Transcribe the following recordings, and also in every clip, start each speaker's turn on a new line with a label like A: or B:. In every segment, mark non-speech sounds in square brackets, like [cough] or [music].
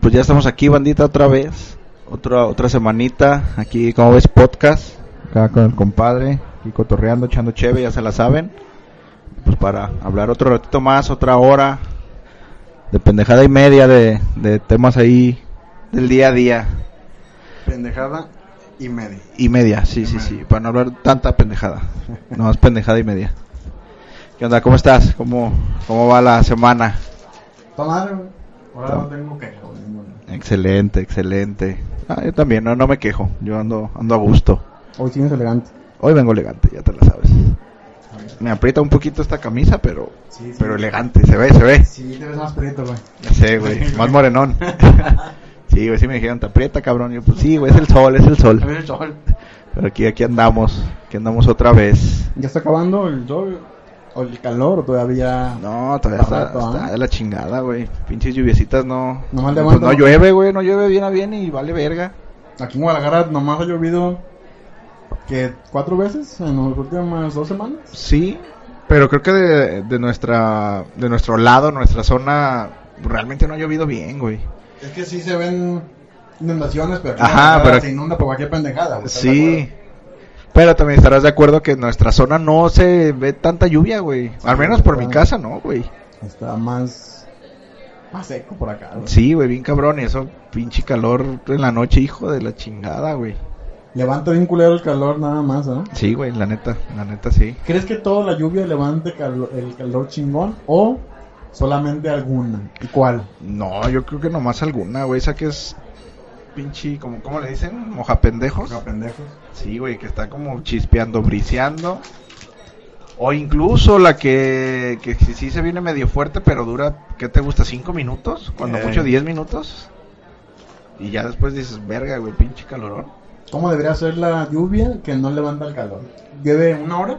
A: pues ya estamos aquí, bandita, otra vez. Otra, otra semanita. Aquí, como ves, podcast. Acá con el compadre. Aquí cotorreando, echando cheve, ya se la saben. Pues para hablar otro ratito más, otra hora. De pendejada y media de, de temas ahí del día a día.
B: Pendejada y media.
A: Y media, sí, sí, sí. Para no hablar tanta pendejada. No, es pendejada y media. ¿Qué onda? ¿Cómo estás? ¿Cómo, cómo va la semana?
B: Está madre, güey. Ahora no tengo queja, güey, ninguna.
A: Excelente, excelente. Ah, yo también, no, no me quejo. Yo ando, ando a gusto.
B: Hoy sí es elegante.
A: Hoy vengo elegante, ya te la sabes. Me aprieta un poquito esta camisa, pero,
B: Sí, sí.
A: pero elegante, se ve, se ve.
B: Sí, te ves más preto, güey.
A: Ya sé, güey, más [laughs] morenón. Sí, güey, sí me dijeron, te aprieta, cabrón. Yo, pues sí, güey, es el sol, es el
B: A
A: sol.
B: ver el sol.
A: Pero aquí, aquí andamos, aquí andamos otra vez.
B: ¿Ya está acabando el sol? ¿O el calor? ¿O todavía.?
A: No, todavía está,
B: Barato, ¿ah?
A: está de la chingada, güey. Pinches lluviecitas no.
B: Nomás le
A: pues
B: mando-
A: no llueve, güey, no llueve bien a bien y vale verga.
B: Aquí en Guadalajara nomás ha llovido. que ¿Cuatro veces en las últimas dos semanas?
A: Sí, pero creo que de, de nuestra de nuestro lado, nuestra zona realmente no ha llovido bien, güey.
B: Es que sí se ven inundaciones, pero. aquí
A: Ajá,
B: en Guadalajara
A: pero-
B: Se inunda por cualquier pendejada, güey, ¿estás de
A: Sí.
B: acuerdo?
A: Pero también estarás de acuerdo que en nuestra zona no se ve tanta lluvia, güey. Al menos por mi
B: ¿verdad?
A: casa, no, güey.
B: Está más. Más seco por acá, güey.
A: Sí, güey, bien cabrón. Y eso, pinche calor en la noche, hijo de la chingada, güey.
B: Levanta bien culero el calor, nada más, ¿ah?
A: Sí, güey, la neta, la neta sí.
B: ¿Crees que toda la lluvia levante calo- el calor chingón o solamente alguna? ¿Y cuál?
A: No, yo creo que nomás alguna, güey. Esa que es pinche, como, ¿cómo le dicen? Mojapendejos.
B: pendejos.
A: Sí, güey, que está como chispeando, briseando. O incluso la que, que sí, sí se viene medio fuerte, pero dura, ¿qué te gusta? ¿Cinco minutos? Cuando
B: Eh.
A: mucho, diez minutos. Y ya después dices, verga, güey, pinche calorón.
B: ¿Cómo debería ser la lluvia que no levanta el calor? ¿Llueve una hora?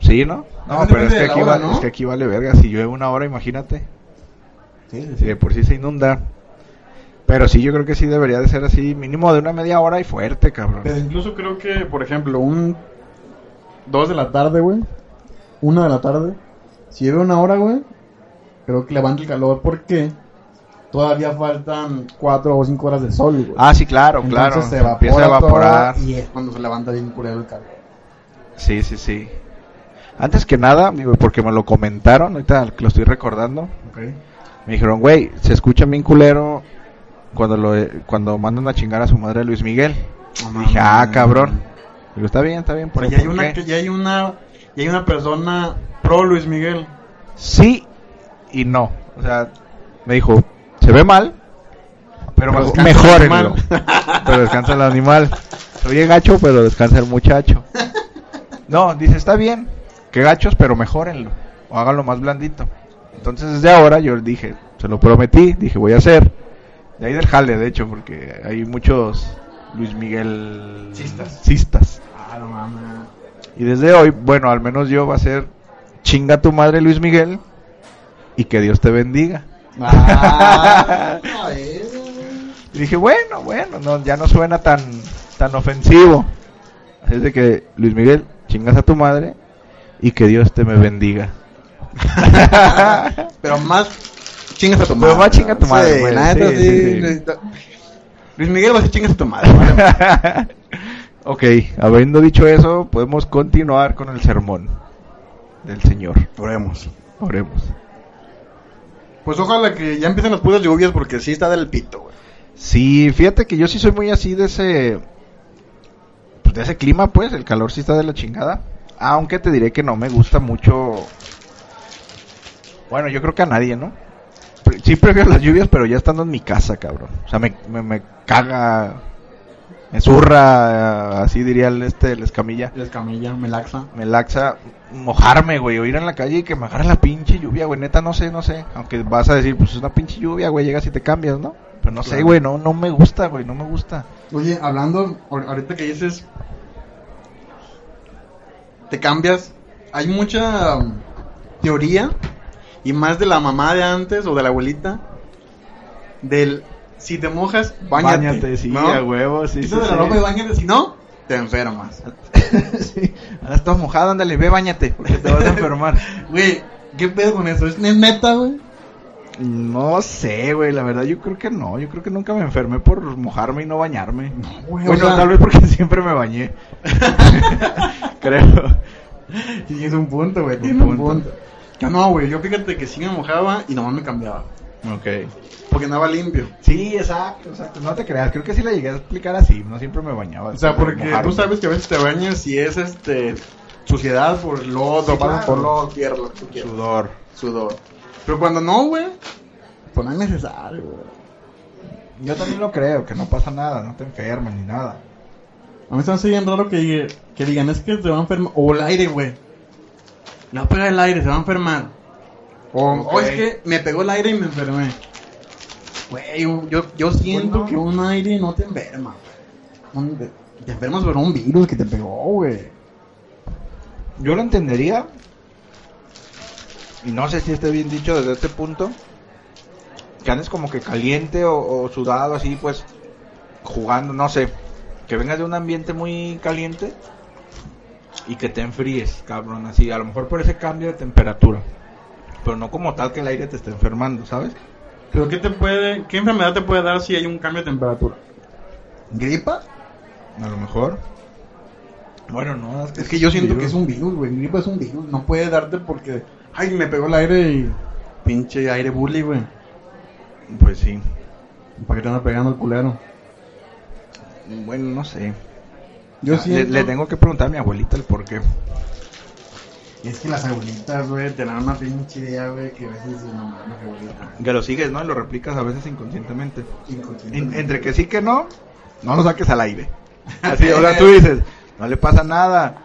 A: Sí, ¿no? No,
B: También
A: pero
B: depende
A: es que,
B: de la
A: aquí
B: hora,
A: va-
B: ¿no?
A: es que aquí vale verga. Si llueve una hora, imagínate.
B: Sí,
A: Si de por sí se inunda. Pero sí, yo creo que sí debería de ser así, mínimo de una media hora y fuerte, cabrón.
B: Pero Pues incluso creo que, por ejemplo, un... Dos de la tarde, güey. Una de la tarde. Si llueve una hora, güey, creo que levanta el calor porque todavía faltan cuatro o cinco horas de sol, güey.
A: Ah, sí, claro, claro.
B: Entonces se
A: Se empieza a
B: evapora todo
A: evaporar.
B: y es cuando se levanta bien culero el calor.
A: Sí, sí, sí. Antes que nada, digo, porque me lo comentaron, ahorita que lo estoy recordando,
B: Okay.
A: me dijeron, güey, se escucha bien culero cuando, lo, eh, cuando mandan a chingar a su madre a Luis Miguel. Dije, ah, cabrón. Digo, está bien, está bien.
B: Por
A: pero
B: allá hay
A: ¿por
B: una,
A: qué?".
B: que ya hay una, ya hay una persona pro Luis Miguel.
A: Sí y no. O sea, me dijo, se ve mal, pero,
B: Pero
A: mejor
B: descansa el
A: mejórenlo. [laughs]
B: animal.
A: pero descansa el animal. Soy gacho, pero descansa el muchacho. No, dice, está bien, que gachos, pero mejórenlo. O háganlo más blandito. Entonces, desde ahora yo dije, se lo prometí, dije, voy a hacer. De ahí del jale, de hecho, porque hay muchos Luis Miguel...
B: Cistas.
A: Cistas.
B: Ah, no mames.
A: Y desde hoy, bueno, al menos yo va a ser chinga tu madre Luis Miguel y que Dios te bendiga.
B: Ah, a ver.
A: Y dije, bueno, bueno, no, ya no suena tan, tan ofensivo. Así es de que, Luis Miguel, chingas a tu madre y que Dios te me bendiga.
B: [laughs]
A: [laughs]
B: Pero más chingas a tu madre.
A: Pero más chinga a tu madre,
B: Sí,
A: güey.
B: la neta,
A: Sí,
B: sí,
A: sí, sí.
B: Luis Miguel va a ser chingas a tu madre. vale, [laughs] güey.
A: ok, habiendo dicho eso, podemos continuar con el sermón del Señor.
B: Oremos.
A: Oremos.
B: Pues ojalá que ya empiecen las putas lluvias porque sí está del pito, güey.
A: Sí, fíjate que yo sí soy muy así de ese. Pues de ese clima, pues. El calor sí está de la chingada. Aunque te diré que no me gusta mucho. Bueno, yo creo que a nadie, ¿no? Pre- Sí prefiero las lluvias, pero ya estando en mi casa, cabrón. O sea, me, me, me caga. Me zurra, así diría el, este, el escamilla.
B: La escamilla, me laxa.
A: Me laxa mojarme, güey, o ir en la calle y que me agarre la pinche lluvia, güey. Neta, no sé, no sé. Aunque vas a decir, pues es una pinche lluvia, güey, llegas y te cambias, ¿no? Pero no sé,
B: Claro.
A: güey, no, no me gusta, güey, no me gusta.
B: Oye, hablando, ahor- ahorita que dices, te cambias, hay mucha um, teoría, y más de la mamá de antes o de la abuelita, del si te mojas, bañate. ¿no?
A: huevo, sí,
B: Quítate la ropa y bañate, si no, te enfermas.
A: [laughs] sí. Ahora estás mojado, ándale, ve, bañate, porque te vas a enfermar.
B: Güey, ¿qué pedo con eso? ¿Es neta, güey?
A: [laughs] No sé, güey, la verdad yo creo que no, yo creo que nunca me enfermé por mojarme y no bañarme.
B: güey,
A: bueno,
B: o sea-
A: tal vez porque [laughs] siempre me bañé. creo.
B: Tienes un punto, güey.
A: Un
B: Tienes un
A: punto.
B: punto. Yo no, güey. Yo fíjate que sí me mojaba y nomás me cambiaba.
A: Ok.
B: Porque andaba limpio.
A: Sí, exacto, exacto. No te creas, creo que sí la llegué a explicar así, no siempre me bañaba.
B: O sea, porque
A: Mojarme.
B: tú sabes que a veces te bañas y es este suciedad por lodo,
A: Sí,
B: pasas
A: claro.
B: por lodo, tierra, lo que tú quieras,
A: Sudor.
B: sudor. Pero cuando no, güey, pues no es necesario, güey.
A: Yo también lo creo, que no pasa nada, no te enfermas ni nada.
B: A mí se me hace bien raro que, que digan, es que se va a enfermar. O el aire, güey. Le va a pegar el aire, se va a enfermar. O, o
A: Ok.
B: es que me pegó el aire y me enfermé. Güey, yo, yo, yo siento
A: Pues no.
B: que un aire no te enferma. güey. Un- te enfermas por un virus que te pegó, güey.
A: Yo lo entendería. Y no sé si esté bien dicho desde este punto. Que andes como que caliente o, o sudado así, pues jugando, no sé. Que vengas de un ambiente muy caliente y que te enfríes, cabrón, así. A lo mejor por ese cambio de temperatura. Pero no como tal que el aire te esté enfermando, ¿sabes?
B: Pero ¿qué, te puede, ¿qué enfermedad te puede dar si hay un cambio de temperatura? ¿Gripa?
A: A lo mejor. Bueno, no.
B: Es que yo siento
A: virus.
B: que es un virus, güey. Gripa es un virus. No puede darte porque... Ay, me pegó el aire y... Pinche aire bully, güey.
A: Pues sí.
B: ¿Para qué te anda pegando el culero?
A: Bueno, no sé.
B: Yo
A: Ah,
B: siento...
A: le, le tengo que preguntar a mi abuelita el por qué.
B: Es que las abuelitas, güey, te dan una pinche idea, güey, que a veces dicen, no mames, abuelita.
A: Que lo sigues, ¿no? Y lo replicas a veces inconscientemente. En-
B: Inconscientemente.
A: entre que sí que no, no lo saques al aire. Así, o
B: [laughs]
A: sea, tú dices, no le pasa nada.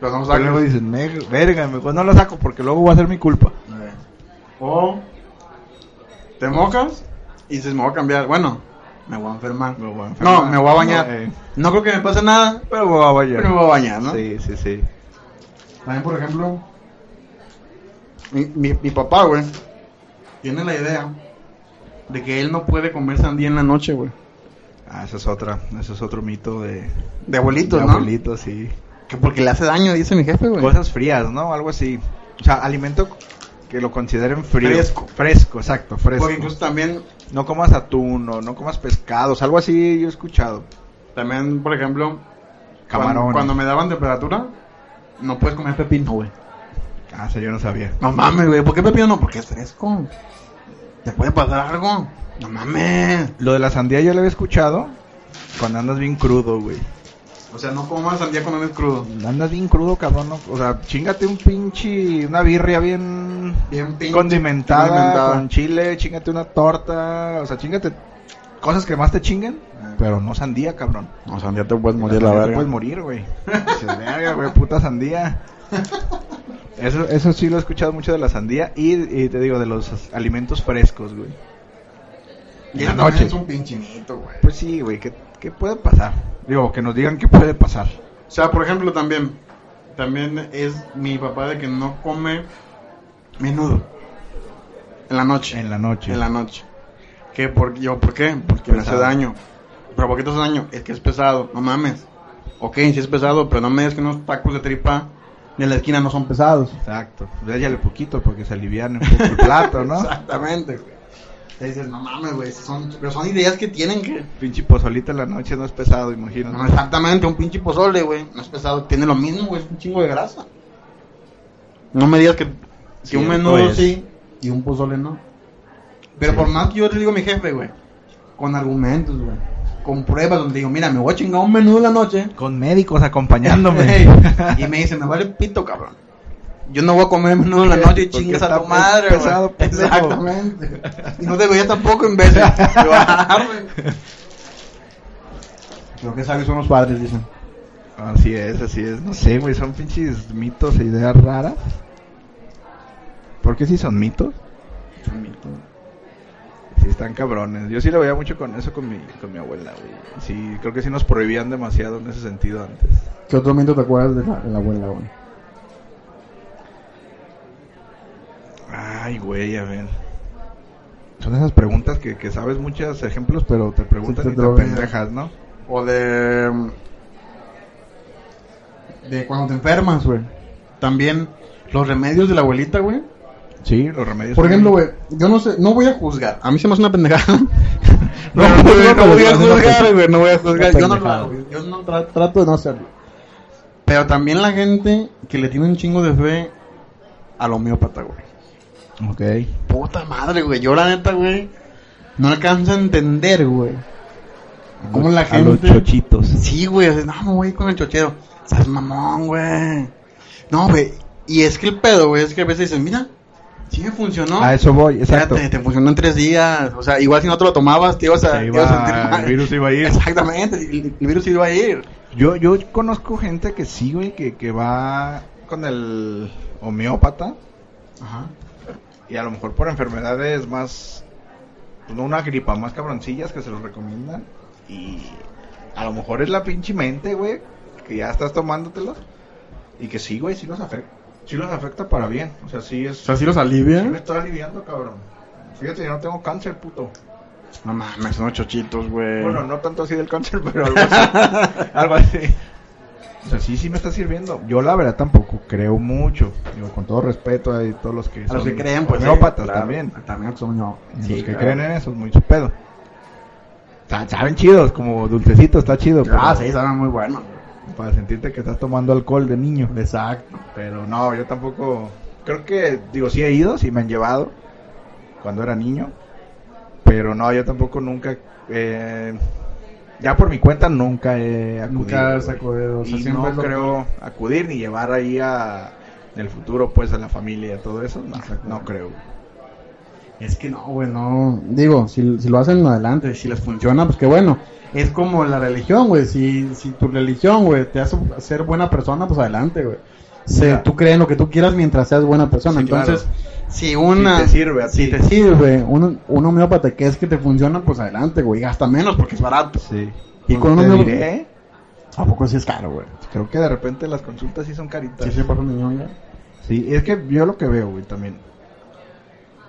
B: Los vamos a
A: Pero luego
B: sacar.
A: dices, "Me- verga, mejor no lo saco porque luego va a ser mi culpa.
B: A ver. O te mojas y dices, me voy a cambiar. Bueno, me voy a enfermar.
A: Me voy a enfermar.
B: No, me voy a bañar.
A: No,
B: No,
A: eh.
B: creo que me pase nada,
A: Pero me voy a bañar.
B: pero me voy a bañar, ¿no?
A: Sí, sí, sí.
B: También, por ejemplo, mi, mi, mi papá, güey, tiene la idea de que él no puede comer sandía en la noche, güey.
A: Ah, esa es otra, ese es otro mito de,
B: De abuelitos,
A: de
B: ¿no?
A: abuelitos, sí.
B: Que porque le hace daño, dice mi jefe, güey.
A: Cosas frías, ¿no? Algo así. O sea, alimento que lo consideren frío.
B: Fresco.
A: Fresco, exacto, fresco.
B: Porque incluso también
A: No comas atún o no comas pescados, algo así yo he escuchado.
B: También, por ejemplo,
A: Camarones.
B: Cuando, cuando me daban temperatura, no puedes comer pepino, güey.
A: Ah, eso yo no sabía.
B: No mames, güey. ¿Por qué pepino no? Porque es fresco. ¿Te puede pasar algo? No mames.
A: Lo de la sandía yo lo había escuchado cuando andas bien crudo, güey.
B: O sea, no comas sandía cuando es crudo.
A: Andas bien crudo, cabrón. ¿no? O sea, chingate un pinche, una birria bien,
B: Bien pinche
A: condimentada,
B: condimentada.
A: con chile, chingate una torta, o sea, chingate cosas que más te chinguen,
B: Ah.
A: pero no sandía, cabrón.
B: No, sandía te puedes morir
A: Sandía
B: la
A: te
B: verga.
A: Puedes morir,
B: [laughs]
A: güey. Dices, verga, güey, puta sandía. Eso, eso sí lo he escuchado mucho de la sandía y, y te digo, de los alimentos frescos, güey.
B: Y esa
A: En la noche.
B: noche es un pinchinito, güey.
A: Pues sí, güey, ¿qué, ¿qué puede pasar? Digo, que nos digan qué puede pasar.
B: O sea, por ejemplo, también. También es mi papá de que no come menudo. En la noche.
A: En la noche.
B: en la noche. ¿Qué? Por, yo, ¿por qué? Porque me hace
A: Pesado.
B: daño. ¿Pero por qué te hace daño? Es que es pesado, no mames. Ok, sí es pesado, pero no me digas que unos tacos de tripa de la esquina no son pesados.
A: Exacto. Déjale poquito porque se alivian un poco el plato,
B: [laughs]
A: ¿no?
B: Exactamente, güey. Te dices, no mames, güey, son, pero son ideas que tienen que...
A: Pinche pozolita en la noche no es pesado, imagínate.
B: No, exactamente, un pinche pozole, güey, no es pesado, tiene lo mismo, güey, es un chingo de grasa. No me digas que, que
A: Cierto
B: un menudo
A: es.
B: sí y un pozole no. Pero
A: Sí.
B: por más que yo le digo a mi jefe, güey, con argumentos, güey, con pruebas, donde digo, mira, me voy a chingar un menudo en la noche.
A: Con médicos acompañándome. [laughs]
B: [laughs] Ey, y me dice, me vale pito, cabrón. Yo no voy a comer menudo en la noche y
A: Porque
B: chingas
A: está
B: a tu madre,
A: pe-
B: güey.
A: pesado, pendejo.
B: Exactamente. Y no debería tampoco, imbécil. Yo, "Ah, güey". Lo que saben son los padres, dicen.
A: así es, así es. No sé, güey, son pinches mitos e ideas raras. ¿Por qué sí son mitos? Sí, están cabrones. Yo sí lo veía mucho con eso con mi, con mi abuela, güey. Sí, creo que sí nos prohibían demasiado en ese sentido antes.
B: ¿Qué otro mito te acuerdas de la, abuela, güey?
A: Ay, güey, a ver. Son esas preguntas que, que sabes muchos ejemplos, pero te preguntan
B: Sí,
A: y
B: te
A: te
B: lo-
A: pendejas, ¿no?
B: O de. De cuando te enfermas, güey. También los remedios de la abuelita, güey.
A: Sí, los remedios.
B: Por ejemplo,
A: son-
B: güey, yo no sé, no voy a juzgar. A mí se me hace una pendejada. No,
A: No,
B: güey,
A: no,
B: no
A: no,
B: voy a
A: no, no,
B: juzgar,
A: no,
B: güey, no voy a juzgar.
A: no,
B: Yo no lo
A: pendejada.
B: hago, güey, yo no tra- trato de no hacerlo. Pero también la gente que le tiene un chingo de fe al homeópata, güey.
A: Ok.
B: Puta madre, güey. Yo la neta, güey, no alcanzo a entender, güey. ¿Cómo la
A: A los
B: gente?
A: chochitos.
B: Sí, güey, o sea, no, me voy con el chochero. Estás mamón, güey. No, güey. Y es que el pedo, güey, es que a veces dicen, mira, sí me funcionó.
A: A eso voy, Ah, exacto.
B: Fíjate, te funcionó en tres días. O sea, igual si no te lo tomabas, te ibas a,
A: Se
B: te
A: iba-
B: ibas a sentir mal.
A: el virus iba a ir.
B: [laughs] Exactamente, el, el virus iba a ir.
A: Yo, yo conozco gente que sí, güey, que, que va con el homeópata
B: Ajá.
A: y a lo mejor por enfermedades más, pues, no una gripa, más cabroncillas que se los recomiendan. Y a lo mejor es la pinche mente, güey, que ya estás tomándotelos y que sí, güey, sí los afecta. Sí los afecta para bien. O sea, sí es...
B: sí los
A: sí me
B: alivia.
A: está aliviando, cabrón. Fíjate, yo no tengo cáncer, puto.
B: No mames, son chochitos, güey.
A: Bueno, no tanto así del cáncer, [laughs] pero algo así. algo así. O sea, sí, sí me está sirviendo. Yo la verdad tampoco creo mucho. Digo, con todo respeto a todos los que
B: a los que creen, pues.
A: homeópatas
B: claro.
A: también.
B: También son yo.
A: Y
B: Sí,
A: los que
B: claro.
A: creen en eso es muy su pedo. Sa- Saben chidos, como dulcecito, está chido.
B: Ah, sí,
A: pero
B: saben muy bueno.
A: Para sentirte que estás tomando alcohol de niño.
B: Exacto.
A: Pero no, yo tampoco. Creo que, digo, sí he ido, sí me han llevado cuando era niño. Pero no, yo tampoco nunca. eh, ya por mi cuenta nunca he acudido.
B: Nunca has
A: güey.
B: acudido, o sea,
A: y
B: siempre
A: no
B: es lo-
A: creo acudir ni llevar ahí a. En el futuro, pues, a la familia y todo eso. No, no creo.
B: Es que no, güey, no. Digo, si, si lo hacen adelante, si les funciona, pues qué bueno. Es como la religión, güey. Si, si tu religión, güey, te hace ser buena persona, pues adelante, güey. Se-
A: Claro.
B: Tú crees en lo que tú quieras mientras seas buena persona.
A: Sí,
B: Entonces, si
A: Si
B: una.
A: te sirve a
B: si
A: ti.
B: te sirve, un, un homeópata que es que te funciona, pues adelante, güey. Gasta menos porque es barato.
A: Sí.
B: Y
A: No
B: con
A: te
B: uno de-
A: diré,
B: ¿A poco sí es caro, güey?
A: Creo que de repente las consultas sí son caritas.
B: Sí, sí, por un niño, güey.
A: Sí, es que yo lo que veo, güey, también.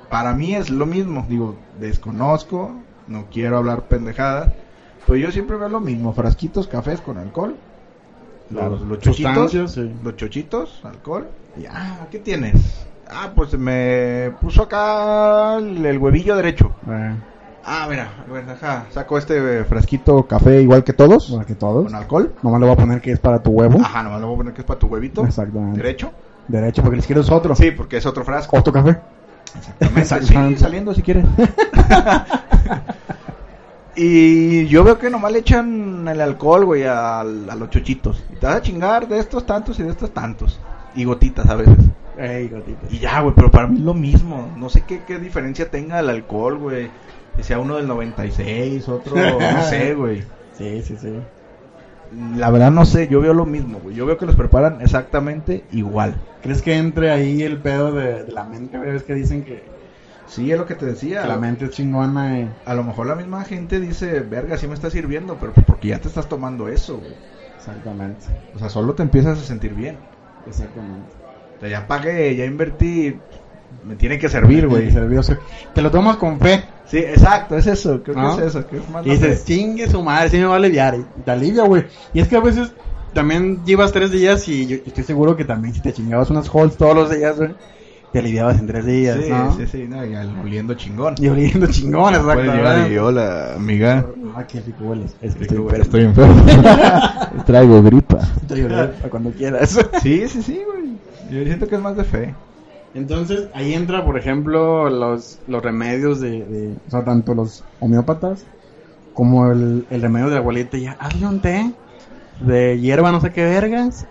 A: Para mí es lo mismo. Digo, desconozco, no quiero hablar pendejadas. Pero yo siempre veo lo mismo: frasquitos, cafés con alcohol. Los, los chochitos.
B: Sustancias, sí.
A: Los chochitos, alcohol. Y, ah, ¿qué tienes? Ah, pues me puso acá el, el huevillo derecho.
B: Eh,
A: Ah, mira, a ver, ajá, Saco este eh, frasquito café igual que todos.
B: Para que todos. Ah,
A: Con alcohol.
B: Nomás le voy a poner que es para tu huevo.
A: Ajá, nomás le voy a poner que es para tu huevito.
B: Exactamente.
A: Derecho.
B: Derecho, porque les quiero es otro.
A: Sí, porque es otro frasco.
B: Otro café.
A: Sí, saliendo si quieres. [laughs] y yo veo que nomás le echan el alcohol, güey, al- a, los chochitos. Y te vas a chingar de estos tantos y de estos tantos. Y gotitas a veces.
B: Ey, gotita.
A: Y ya, güey, pero para mí es lo mismo. No sé qué, qué diferencia tenga el alcohol, güey. Que sea uno del 96, otro, no [laughs] sé, güey.
B: Sí, sí, sí.
A: La verdad no sé, yo veo lo mismo, güey. Yo veo que los preparan exactamente igual.
B: ¿Crees que entre ahí el pedo de, de la mente? güey? Es que dicen que,
A: Sí, es lo que te decía.
B: que la mente es chingona. eh.
A: A lo mejor la misma gente dice, verga, sí me está sirviendo, pero pues porque ya te estás tomando eso, güey.
B: Exactamente.
A: O sea, solo te empiezas a sentir bien.
B: Exactamente.
A: O sea, ya pagué, ya invertí, me tiene que servir,
B: [laughs]
A: güey.
B: Servioso. Te lo tomas con fe.
A: Sí, exacto, es eso, creo
B: ¿No?
A: que es eso. Que es más
B: ¿Ah? Y
A: la
B: dices,
A: fe.
B: chingue su madre, sí me va a aliviar. Y te alivia, güey. Y es que a veces también llevas tres días y yo estoy seguro que también si te chingabas unas holds todos los días, güey, te aliviabas en tres días,
A: sí,
B: ¿no?
A: sí, sí, no, ya oliendo chingón.
B: Y oliendo chingón, exacto.
A: Puedes
B: ¿verdad?
A: llegar y, hola, amiga.
B: Ah, qué rico hueles. Es que
A: Estoy
B: estoy
A: enfermo.
B: enfermo.
A: [laughs] Traigo gripa.
B: Te ayudaré para cuando quieras.
A: Sí, sí, sí, güey. Yo siento que es más de fe.
B: Entonces, ahí entra, por ejemplo, los, los remedios de, de- O sea, tanto los homeópatas como el, el remedio de la abuelita. Ya, hazle un té de hierba, no sé qué vergas,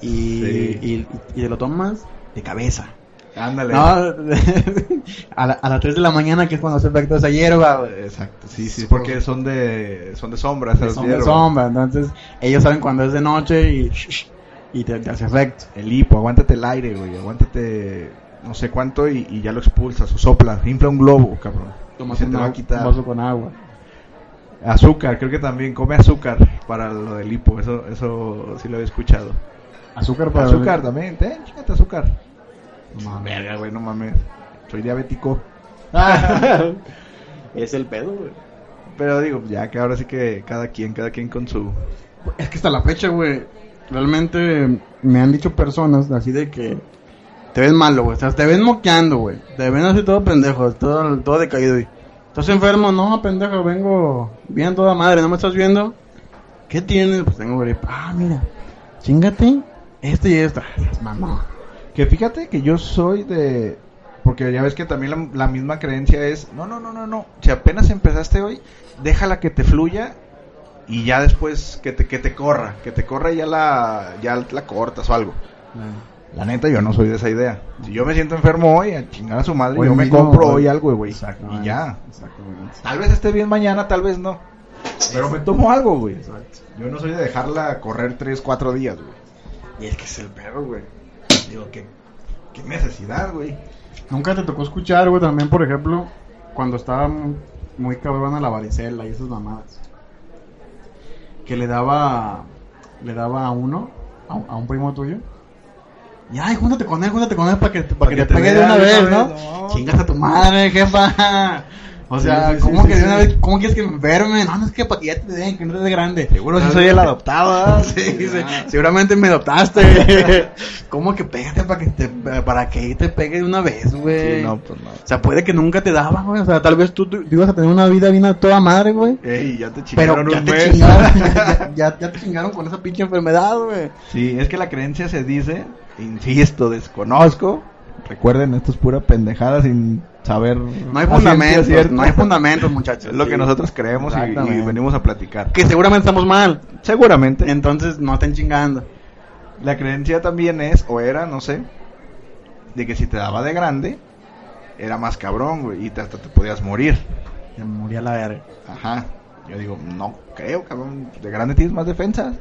B: y,
A: Sí.
B: y, y te lo tomas de cabeza.
A: Ándale.
B: No, [laughs] a, la- a las 3 de la mañana, que es cuando hace efecto esa hierba, güey.
A: Exacto, sí, sí, porque son de, son de sombras. esas
B: Son de
A: hierbas.
B: sombra, entonces ellos saben cuando es de noche y, y te, te hace efecto.
A: El hipo, aguántate el aire, güey, aguántate no sé cuánto y, y ya lo expulsas o soplas, infla un globo, cabrón.
B: Tomas
A: se
B: un
A: te va a
B: agua-
A: quitar.
B: un vaso con agua.
A: Azúcar, creo que también come azúcar para lo del hipo, eso, eso sí lo había escuchado.
B: Azúcar para
A: azúcar también, ten, chingate azúcar.
B: No
A: No,
B: mames.
A: verga, güey, no mames. Soy diabético.
B: [laughs]
A: [laughs]
B: es el pedo, güey.
A: Pero digo, ya que ahora sí que cada quien, cada quien con su...
B: Es que hasta la fecha, güey. Realmente me han dicho personas así de que te ves malo, güey. O sea, te ves moqueando, güey. Te ven así todo pendejo, todo, todo decaído. Y, ¿Estás enfermo? No, pendejo, vengo bien toda madre. ¿No me estás viendo? ¿Qué tienes? Pues tengo gripe. Ah, mira. Chingate. Este y esta. Mamá.
A: Que fíjate que yo soy de... Porque ya ves que también la, la misma creencia es, no, no, no, no, no, si apenas empezaste hoy, déjala que te fluya y ya después que te, que te corra, que te corra y ya la, ya la cortas o algo. La neta, yo no soy de esa idea. Si yo me siento enfermo hoy, a chingar a su madre,
B: Hoy
A: yo me
B: mismo,
A: compro
B: güey.
A: hoy algo, güey.
B: Exactamente.
A: Y ya.
B: Exactamente.
A: Tal vez esté bien mañana, tal vez no. Pero me tomo algo, güey. Yo no soy de dejarla correr 3, 4 días, güey. Y es que es el perro, güey. Digo, qué, qué necesidad, güey.
B: Nunca te tocó escuchar, güey, también, por ejemplo, cuando estaba mu- muy cabrón a la varicela y esas mamadas. Que le daba. Le daba a uno, a, un- a un primo tuyo. Y ay, júntate con él, júntate con él para que, para que te, pegue de
A: vea
B: una
A: de
B: vez,
A: una
B: ¿no?
A: vez, no.
B: Chingas a tu madre, jefa. O
A: Sí,
B: sea,
A: sí, sí,
B: ¿cómo
A: sí,
B: que de una
A: sí.
B: vez, cómo quieres que me enferme? No, no es que para que ya te den, que no te dé grande.
A: Seguro sí soy el adoptado, ¿eh?
B: sí, sí,
A: Ah.
B: seguramente me adoptaste. [laughs] ¿Cómo que pégate para que te, para que te pegue de una vez,
A: pues
B: güey?
A: no.
B: O sea, puede que nunca te daba, güey. O sea, tal vez tú, tú ibas a tener una vida bien a toda madre, güey.
A: Ey, ya te
B: Pero
A: chingaron
B: ya
A: un
B: te,
A: mes.
B: chingaron, [laughs] ya, ya- ya te chingaron con esa pinche enfermedad, güey.
A: [laughs] Sí, es que la creencia se dice, insisto, desconozco. Recuerden, esto es pura pendejada sin saber.
B: No hay
A: a ciencia
B: fundamentos,
A: cierta.
B: no hay fundamentos, muchachos.
A: Es lo que
B: Sí.
A: nosotros creemos y- y,
B: Exactamente.
A: venimos a platicar.
B: Que seguramente estamos mal.
A: Seguramente.
B: Entonces no estén chingando.
A: La creencia también es, o era, no sé, de que si te daba de grande, era más cabrón, güey, y te- hasta te podías morir.
B: Me morí a la verga.
A: Ajá. Yo digo, no creo, cabrón. De grande tienes más defensas,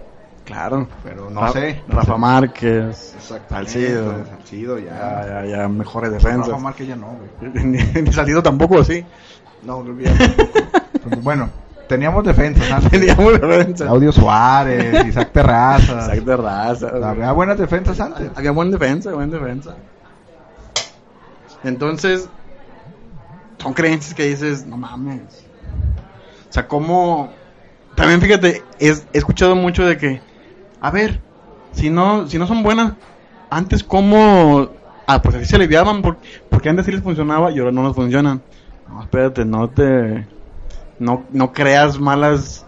B: Claro.
A: pero no
B: Ra-
A: sé. no
B: Ah, Rafa
A: sé.
B: Márquez.
A: Exactamente.
B: Salcido.
A: Salcido,
B: Ya,
A: ya.
B: ya, ya. Mejores
A: Rafa
B: defensas.
A: Márquez ya no, güey.
B: Ni, [laughs] ni salido tampoco, sí. [laughs]
A: No, creo que ya tampoco. Entonces, bueno, teníamos defensas antes.
B: Teníamos defensas.
A: Claudio Suárez, Isaac Terrazas.
B: Exacto, raza. güey.
A: Había buenas defensas antes.
B: Había buen defensa, buen defensa. Entonces, son creencias que dices, no mames. O sea, como... También fíjate, es- he escuchado mucho de que, a ver, si no, si no son buenas, antes cómo... Ah, pues así se aliviaban, por- porque antes sí les funcionaba y ahora no nos funcionan. No, espérate, no te... No, no creas malas,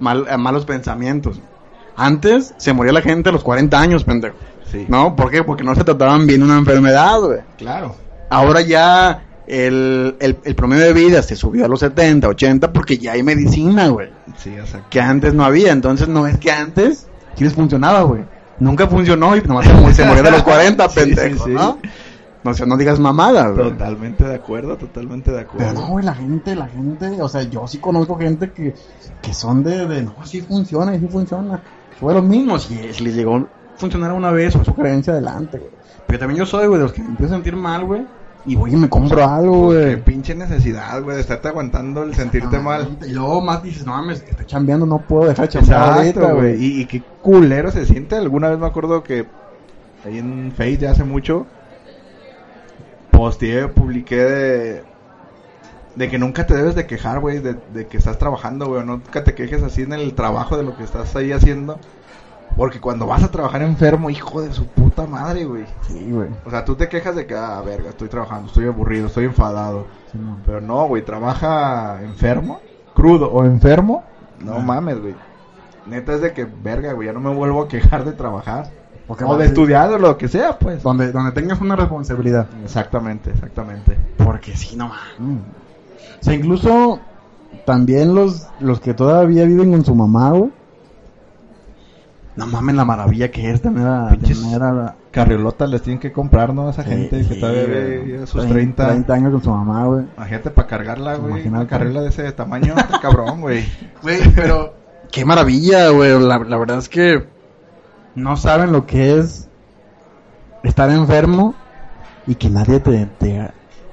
B: mal- eh, malos pensamientos. Antes se moría la gente a los 40 años, pendejo.
A: Sí.
B: No, ¿por qué? Porque no se trataban bien una enfermedad, güey.
A: Claro.
B: Ahora ya el, el, el promedio de vida se subió a los 70, 80 porque ya hay medicina, güey.
A: Sí, exacto.
B: Que antes no había. Entonces no es que antes sí les funcionaba, güey. Nunca funcionó y nomás se murió, se murió de los
A: [laughs]
B: 40,
A: Sí,
B: pendejo,
A: sí, sí.
B: ¿no? No, o sea, no digas mamada, güey.
A: Totalmente de acuerdo, totalmente de
B: Pero no,
A: acuerdo.
B: güey, la gente, la gente, o sea, yo sí conozco gente que, que son de, de, no, sí funciona, sí funciona. Fue los mismos y es- les llegó a funcionar una vez fue su creencia adelante, güey. Pero también yo soy, güey, de los que me empiezo a sentir mal, güey, y voy y me compro algo,
A: Qué
B: güey. Ah,
A: pinche necesidad, güey, de estarte aguantando el sentirte mal.
B: Y luego más dices, no mames, que estoy chambeando, no puedo dejar de chambear ahorita,
A: Exacto, güey.
B: güey.
A: Y, y qué culero se siente. Alguna vez me acuerdo que ahí en Face ya hace mucho posteé, publiqué de, de que nunca te debes de quejar, güey, de, de que estás trabajando, güey. Nunca te quejes así en el trabajo de lo que estás ahí haciendo. Porque cuando vas a trabajar enfermo, hijo de su puta madre, güey.
B: Sí, güey.
A: O sea, tú te quejas de que, ah, verga, estoy trabajando, estoy aburrido, estoy enfadado.
B: Sí, no.
A: Pero no, güey, trabaja enfermo, crudo o enfermo. No
B: Ah.
A: mames, güey. Neta es de que, verga, güey, ya no me vuelvo a quejar de trabajar.
B: Porque
A: o de estudiar o lo que sea, pues.
B: Donde, donde tengas una responsabilidad.
A: Exactamente, exactamente.
B: Porque sí, no mames. O sea, incluso también los, los que todavía viven con su mamá, güey. No mames la maravilla que es tener a...
A: Pinches
B: tener a la- eh,
A: Carriolotas les tienen que comprar, ¿no? A esa gente
B: Sí,
A: que todavía
B: güey.
A: ve a sus
B: Trein-
A: 30.
B: 30 años con su mamá, güey.
A: Imagínate para cargarla, güey.
B: Imagínate.
A: Una carriola de ese tamaño, está cabrón, güey.
B: [laughs] Güey, pero... [laughs] Qué maravilla, güey. La, la verdad es que... No saben lo que es estar enfermo y que nadie te, te,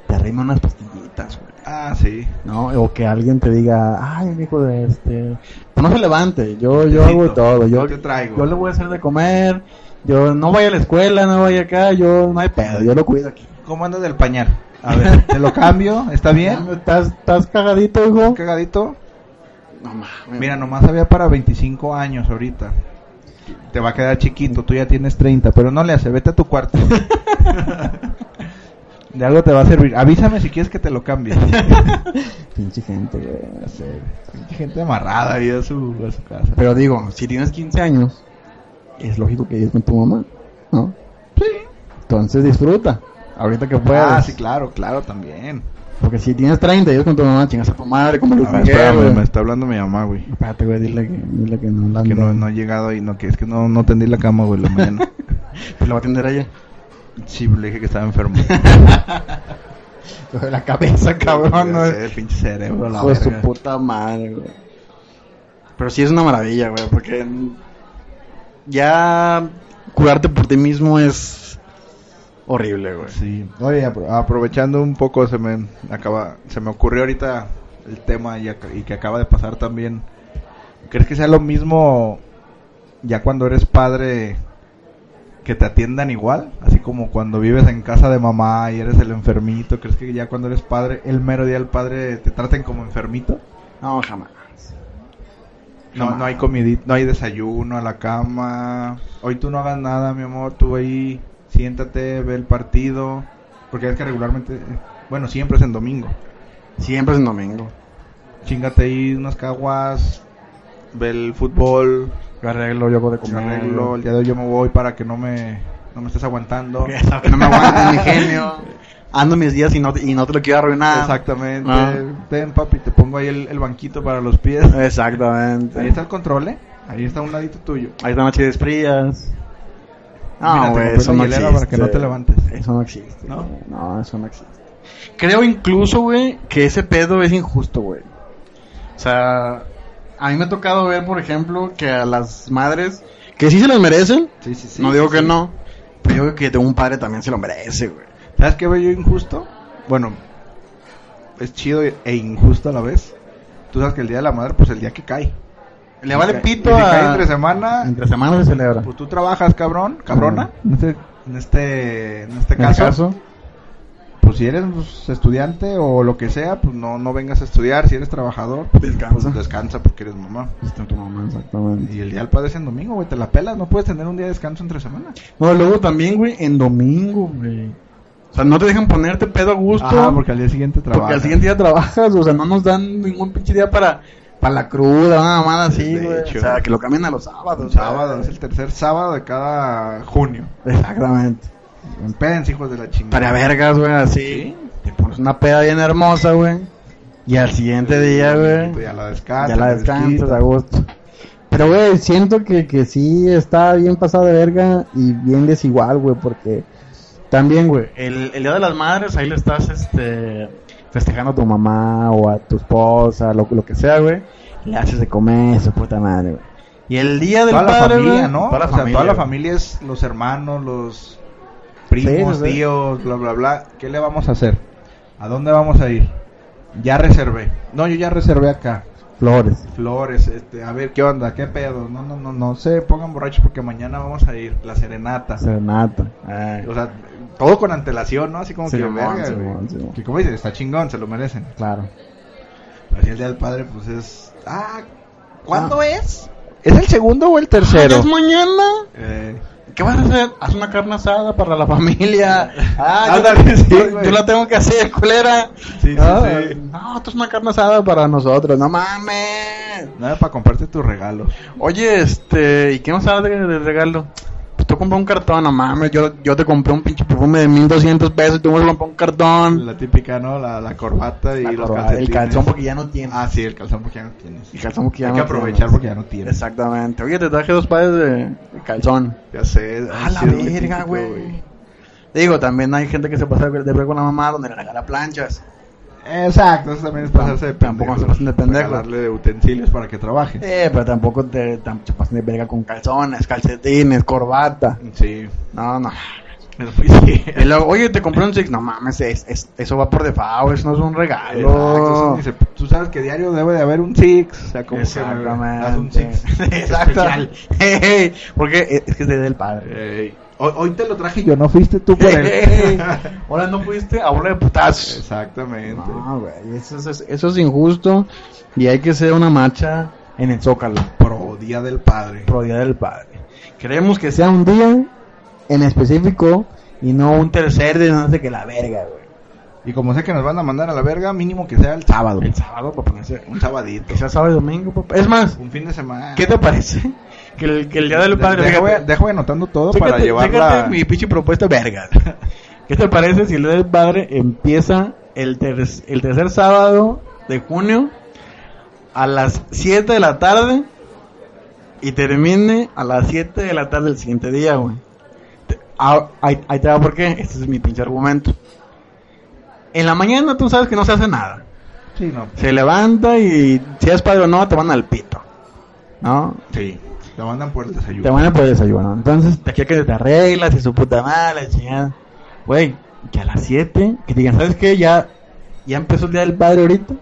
B: te arrima unas pastillitas, güey.
A: Ah, sí.
B: ¿no? O que alguien te diga, ay, mi hijo de este. Pues no se levante, yo, yo
A: Te
B: hago
A: siento,
B: todo, yo,
A: yo te traigo.
B: yo le voy a hacer de comer, yo no vaya a la escuela, no vaya acá, yo no hay pedo, yo lo cuido aquí.
A: ¿Cómo andas del pañal? A ver, te lo cambio, ¿está bien?
B: ¿Estás, estás cagadito, hijo?
A: Cagadito.
B: No mames.
A: Mira, nomás había para 25 años [laughs] ahorita. Te va a quedar chiquito, tú ya tienes 30, pero no le hace, vete a tu cuarto. De algo te va a servir. Avísame si quieres que te lo [laughs] cambie.
B: Pinche gente, güey.
A: Ya sé, güey. Pinche gente amarrada ahí a su, a su casa.
B: Pero digo, si tienes 15 años, es lógico que vives con tu mamá, ¿no?
A: Sí.
B: Entonces disfruta. Ahorita que puedas.
A: Ah, sí, claro, claro, también.
B: Porque si tienes 30 y vives con tu mamá, chingas a tu madre, como Luis
A: A ver,
B: Miguel,
A: espérame,
B: güey.
A: me está hablando mi mamá, güey.
B: Espérate, güey, dile que, dile que no la
A: Que no,
B: ande-
A: no he llegado y no, que es que no, no tendí la cama, güey, la [laughs] mañana.
B: Pues la va a atender ella. [laughs]
A: Sí, le dije que estaba [laughs] enfermo.
B: Lo de la cabeza, cabrón,
A: no
B: güey.
A: sé, pinche cerebro, la
B: Hijo de su
A: verga.
B: puta madre, güey. Pero sí es una maravilla, güey, porque ya curarte por ti mismo es horrible, güey.
A: Sí. Oye, apro- aprovechando un poco, se me acaba, se me ocurrió ahorita el tema y, ac- y que acaba de pasar también. ¿Crees que sea lo mismo ya cuando eres padre que te atiendan igual? Así como cuando vives en casa de mamá y eres el enfermito. ¿Crees que ya cuando eres padre, el mero día del padre te traten como enfermito?
B: No, jamás.
A: No,
B: Jamás.
A: no hay comidita, no hay desayuno a la cama. Hoy tú no hagas nada, mi amor. Tú ahí, siéntate, ve el partido. Porque es que regularmente, bueno, siempre es en domingo.
B: Siempre es en domingo.
A: Chingate ahí unas caguas, ve el fútbol,
B: Yo arreglo, yo hago de
A: yo arreglo. El día de hoy yo me voy para que no me, no me estés aguantando.
B: [laughs] Que no me [laughs] aguantes, mi genio. Ando mis días y no, te- y no te lo quiero arruinar.
A: Exactamente.
B: Ah. Eh.
A: Ten, papi, te pongo ahí el, el banquito para los pies.
B: Exactamente.
A: Ahí está el control, ¿eh? Ahí está un ladito tuyo.
B: Ahí están las chiles frías.
A: Mira, te
B: No, güey,
A: compré
B: eso
A: una
B: no
A: hielera
B: existe.
A: para que no te levantes.
B: Eso no existe.
A: ¿No?
B: ¿No? no, eso no existe. Creo incluso, güey, que ese pedo es injusto, güey. O sea, a mí me ha tocado ver, por ejemplo, que a las madres, que sí se las merecen,
A: Sí, sí, sí.
B: no digo
A: sí,
B: que
A: sí.
B: no, pero yo creo que un padre también se lo merece, güey.
A: ¿Sabes qué veo yo injusto? Bueno, es chido e injusto a la vez. Tú sabes que el Día de la Madre, pues el día que cae.
B: Le vale
A: Y ca-
B: pito
A: y si
B: a...
A: cae entre semana,
B: Entre semanas se celebra.
A: pues tú trabajas, cabrón, cabrona. En este, en este, en este
B: En
A: caso,
B: este caso,
A: pues si eres pues, estudiante o lo que sea, pues no, no vengas a estudiar. Si eres trabajador, pues
B: descansa.
A: descansa porque eres mamá.
B: Está tu mamá, exactamente.
A: Y el Día del Padre es en domingo, güey, te la pelas. No puedes tener un día de descanso entre semana.
B: No, luego también, güey, en domingo, güey. O sea, no te dejan ponerte pedo a gusto.
A: Ajá, porque al día siguiente trabajas.
B: Porque al siguiente día trabajas, o sea, no nos dan ningún pinche día para, para la cruda, una mamada así,
A: De
B: güey.
A: hecho.
B: O sea, que lo cambien a los sábados.
A: Un sábado, es el tercer sábado de cada junio.
B: Exactamente.
A: Empédense, hijos de la chingada.
B: Para vergas, güey, así. Te pones una peda bien hermosa, güey. Y al siguiente día, güey,
A: Ya la descansas.
B: ya la
A: Ah, te
B: descansas
A: desquitas.
B: a gusto. Pero, güey, siento que, que sí está bien pasado de verga y bien desigual, güey, porque también, güey, el, el Día de las Madres, ahí le estás, este, festejando a tu mamá o a tu esposa, lo, lo que sea, güey. Le haces de comer, su puta madre, güey. Y el Día del
A: Toda la
B: Padre,
A: familia,
B: güey,
A: ¿no?
B: Toda la
A: o sea,
B: familia.
A: toda la
B: güey.
A: familia es los hermanos, los primos,
B: Sí, sí, sí.
A: tíos, bla, bla, bla. ¿Qué le vamos a hacer? ¿A dónde vamos a ir? Ya reservé. No, yo ya reservé acá.
B: Flores.
A: Flores, este, a ver, ¿qué onda? ¿Qué pedo? No, no, no, no se pongan borrachos porque mañana vamos a ir. La serenata.
B: Serenata.
A: O sea, todo con antelación, ¿no? Así como que
B: Simón,
A: verga,
B: Simón,
A: güey.
B: Simón.
A: Que como dices, está chingón, se lo merecen.
B: Claro.
A: Así el Día del Padre, pues es... Ah, ¿cuándo es? ¿Es el segundo o el
B: Ah, ¿Es mañana?
A: Eh,
B: ¿Qué vas a hacer? Haz una carne asada para la
A: [laughs]
B: familia. Ah,
A: Ándale,
B: yo,
A: sí,
B: yo-
A: güey.
B: yo la tengo que hacer, culera.
A: Sí, sí,
B: Ah,
A: sí.
B: No, esto es una carne asada para nosotros, no mames.
A: Nada para comprarte tus regalos.
B: Oye, este, ¿y qué más sabes de, de regalo? Pues tú compré un cartón, no mames. Yo, yo te compré un pinche perfume de 1200 pesos y tú me lo compré un cartón.
A: La típica, ¿no? La, la corbata y
B: La
A: los
B: corbata,
A: calcetines.
B: el calzón porque ya no tiene.
A: Ah, sí, el calzón porque ya no tienes.
B: El calzón porque ya
A: Hay
B: no
A: que
B: tiene.
A: aprovechar porque ya no tienes.
B: Exactamente. Oye, te traje dos pares de, de calzón.
A: Ya sé.
B: A
A: ha
B: la
A: sido muy
B: verga,
A: típico,
B: güey. Digo, también hay gente que se pasa de ver con la mamá donde le regala planchas.
A: Exacto, eso también es pasarse de
B: Tampoco se pasen de pendejos.
A: Darle de utensilios para que trabaje.
B: Eh, pero tampoco te, tam- se pasen de verga con calzones, calcetines, corbata.
A: Sí. [laughs]
B: No, no.
A: Es muy cierto.
B: Y luego, oye, te compré un six. No mames, es- es- eso va por default, eso no es un regalo.
A: Ah, Exacto, eso ni se- Tú sabes que diario debe de haber un six. O sea, como que me- haz un
B: Exactamente.
A: six. [laughs]
B: [laughs] Exacto.
A: Especial. Eh.
B: Ey, ey, Porque es- es que es del padre.
A: Ey, Hoy, hoy te lo traje yo, no fuiste tú por
B: Ey,
A: [laughs] él.
B: Ahora no pudiste hablar de putazos.
A: Exactamente.
B: No, güey, eso, es, eso es injusto y hay que ser una marcha en el Zócalo.
A: Pro Día del Padre.
B: Pro Día del Padre. Queremos que sea un día en específico Y no un tercer de no sé que la verga, güey.
A: Y como sé que nos van a mandar a la verga, mínimo que sea el sábado.
B: El sábado para ponerse.
A: Un sabadito.
B: Que sea sábado y domingo, papá. Es más,
A: Un fin de semana.
B: ¿qué te parece? Que el, que el día del padre.
A: Deja, voy,
B: fíjate,
A: deja, voy anotando todo
B: chécate-
A: para llevarla.
B: chécate mi pinche propuesta, verga. [laughs] ¿Qué te parece si el día del padre empieza el, ter- el tercer sábado de junio a las 7 de la tarde y termine a las 7 de la tarde del siguiente día, güey? Te- ah, Ahí, ahí te va por qué. Este es mi pinche argumento. En la mañana tú sabes que no se hace nada
A: Sí, no.
B: se levanta y si es padre o no, te van al pito. ¿No?
A: Sí. Te mandan por el desayuno.
B: Te van a poder desayuno. Entonces, te quiere que te arreglas y su puta madre, la chingada. Güey, que a las 7, que digan, ¿sabes qué? Ya, ya empezó el día del padre ahorita.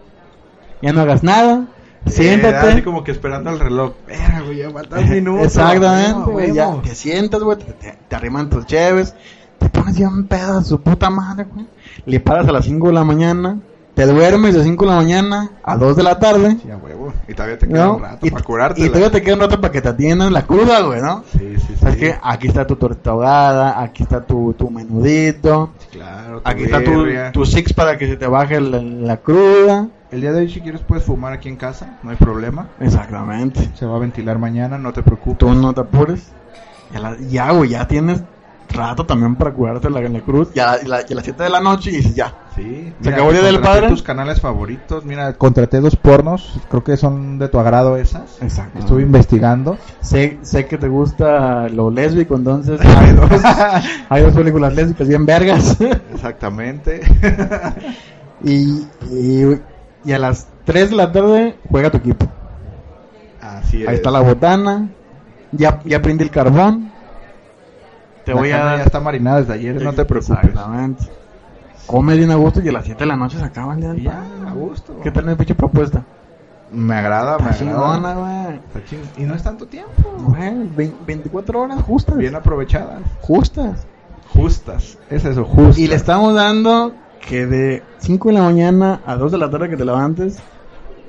B: Ya no hagas nada.
A: Eh,
B: Siéntate.
A: así como que esperando el reloj. Verga, güey, ya
B: [laughs]
A: faltan minutos.
B: Exactamente,
A: No,
B: güey. Ya
A: huevo.
B: te sientas, güey. Te, te- te arriman tus cheves. Te pones ya un pedo a su puta madre, güey. Le paras a las 5 de la mañana. Te duermes de 5 de la mañana a 2 de la tarde.
A: Sí, a huevo. Y todavía te queda
B: ¿no?
A: un rato
B: y,
A: para curarte.
B: y todavía te queda un rato para que te atiendan la cruda, güey, ¿no?
A: Sí, sí, sí.
B: ¿Sabes qué? Aquí está tu torta ahogada, aquí está tu, tu menudito,
A: Claro. tu
B: aquí está tu,
A: birria.
B: tu six para que se te baje la, la cruda.
A: El día de hoy, si quieres, puedes fumar aquí en casa. No hay problema.
B: Exactamente.
A: Se va a ventilar mañana, no te preocupes.
B: Tú no te apures. Ya, la- ya, güey, ya tienes rato también para curarte la, la cruz. Ya, la- ya a las 7 de la noche y dices, ya.
A: Sí.
B: ¿Se acabó el Día del
A: contraté
B: Padre?
A: tus canales favoritos. Mira, contraté dos pornos. Creo que son de tu agrado esas.
B: Exacto.
A: Estuve investigando.
B: Sé, sé que te gusta lo lésbico, [laughs] entonces hay
A: Hay
B: dos,
A: dos.
B: hay dos películas lésbicas bien vergas. [laughs]
A: Exactamente. [laughs]
B: Y, y, y a las 3 de la tarde juega tu equipo.
A: Así es.
B: Ahí está la botana. Ya, ya prende el carbón. Te
A: La
B: voy
A: carne
B: a
A: Ya
B: dar.
A: está marinada desde ayer, no te preocupes.
B: Exactamente. Come bien a gusto y a las 7 de la noche se acaba el día del
A: Y ya,
B: pan.
A: a gusto.
B: ¿Qué tal mi pinche propuesta?
A: Me agrada, me
B: Está
A: agrada.
B: chingona, güey.
A: Está ching- Y no es tanto tiempo.
B: Güey, vein- 24 horas justas.
A: Bien aprovechadas.
B: Justas.
A: Justas. Es eso, justas.
B: Y le estamos dando que de 5 de la mañana a 2 de la tarde que te levantes.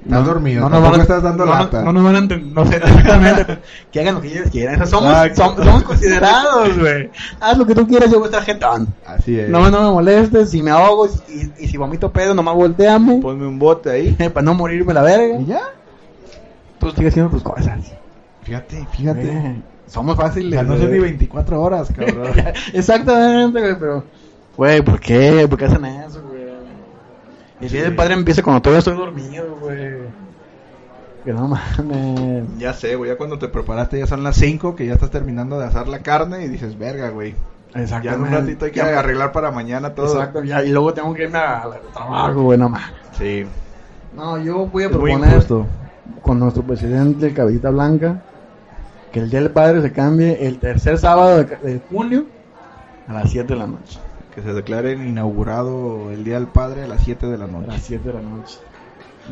A: Estás dormido,
B: nos
A: tampoco
B: van a-
A: estás dando
B: no, nos-
A: lata.
B: No nos van a entender, no sé [laughs] exactamente. que hagan lo que ellos quieran. O sea, somos,
A: Ah,
B: som- somos considerados, güey. Haz lo que tú quieras, yo voy a estar jetón.
A: Así es.
B: No, no me molestes, si me ahogo y, y si vomito pedo, nomás volteame.
A: Ponme un bote ahí.
B: [laughs] Para no morirme la verga.
A: Pues Y ya.
B: Tú sigues haciendo tus cosas.
A: Fíjate,
B: Güey, Somos
A: O
B: fáciles. eh.
A: sea, no
B: güey.
A: son ni 24 horas,
B: [laughs]
A: cabrón.
B: Exactamente, güey, pero. Güey, ¿por qué? ¿Por qué hacen eso, güey? El día del padre empieza cuando todavía estoy dormido, güey. Que no mames.
A: ya sé, güey. Ya cuando te preparaste, ya son las 5 que ya estás terminando de asar la carne y dices, verga, güey.
B: Exactamente.
A: Ya en un ratito hay que
B: Ya,
A: arreglar para mañana todo.
B: Exacto, ya, y luego tengo que irme a- al trabajo, güey, no mames.
A: Sí.
B: No, yo voy a
A: Es muy
B: proponer
A: injusto.
B: con nuestro presidente, el Cabecita Blanca, que el Día del Padre se cambie el tercer sábado de, de junio a las 7 de la noche.
A: Que se declaren inaugurado el Día del Padre a las 7 de la
B: A
A: noche.
B: las 7 de la noche.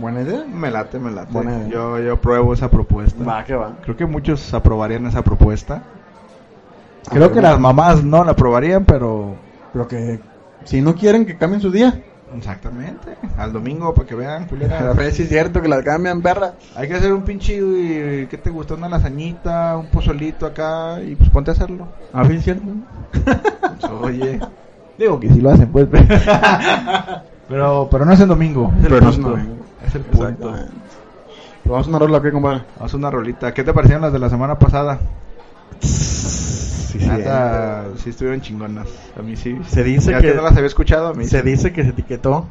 B: ¿Buena idea?
A: Me late, me late.
B: Buena idea.
A: Yo, yo apruebo esa propuesta.
B: Va, que va.
A: Creo que muchos aprobarían esa propuesta.
B: Creo
A: Creo que las mamás no la aprobarían, pero
B: Pero que si no quieren que cambien su día.
A: exactamente. Al domingo para que vean,
B: A
A: culera.
B: ver si es cierto que la cambian, perra.
A: Hay que hacer un pinche, güey, ¿qué te gusta? Una lasañita, un pozolito acá y pues ponte a hacerlo.
B: A ver si Ah, es cierto.
A: [laughs] Oye. Digo que si lo hacen, pues. Pero, [laughs] pero, no es el domingo.
B: Es el
A: Pero no
B: punto.
A: es el domingo. Es el punto.
B: Exactamente. Pero Pues Vamos a una rola, ¿qué, compadre?
A: Haz una rolita. ¿Qué te parecieron las de la semana pasada?
B: Sí,
A: Neta, sí estuvieron chingonas. A mí sí.
B: Se dice
A: ya
B: que-
A: que no las había escuchado, a mí
B: Se
A: sí.
B: dice que se etiquetó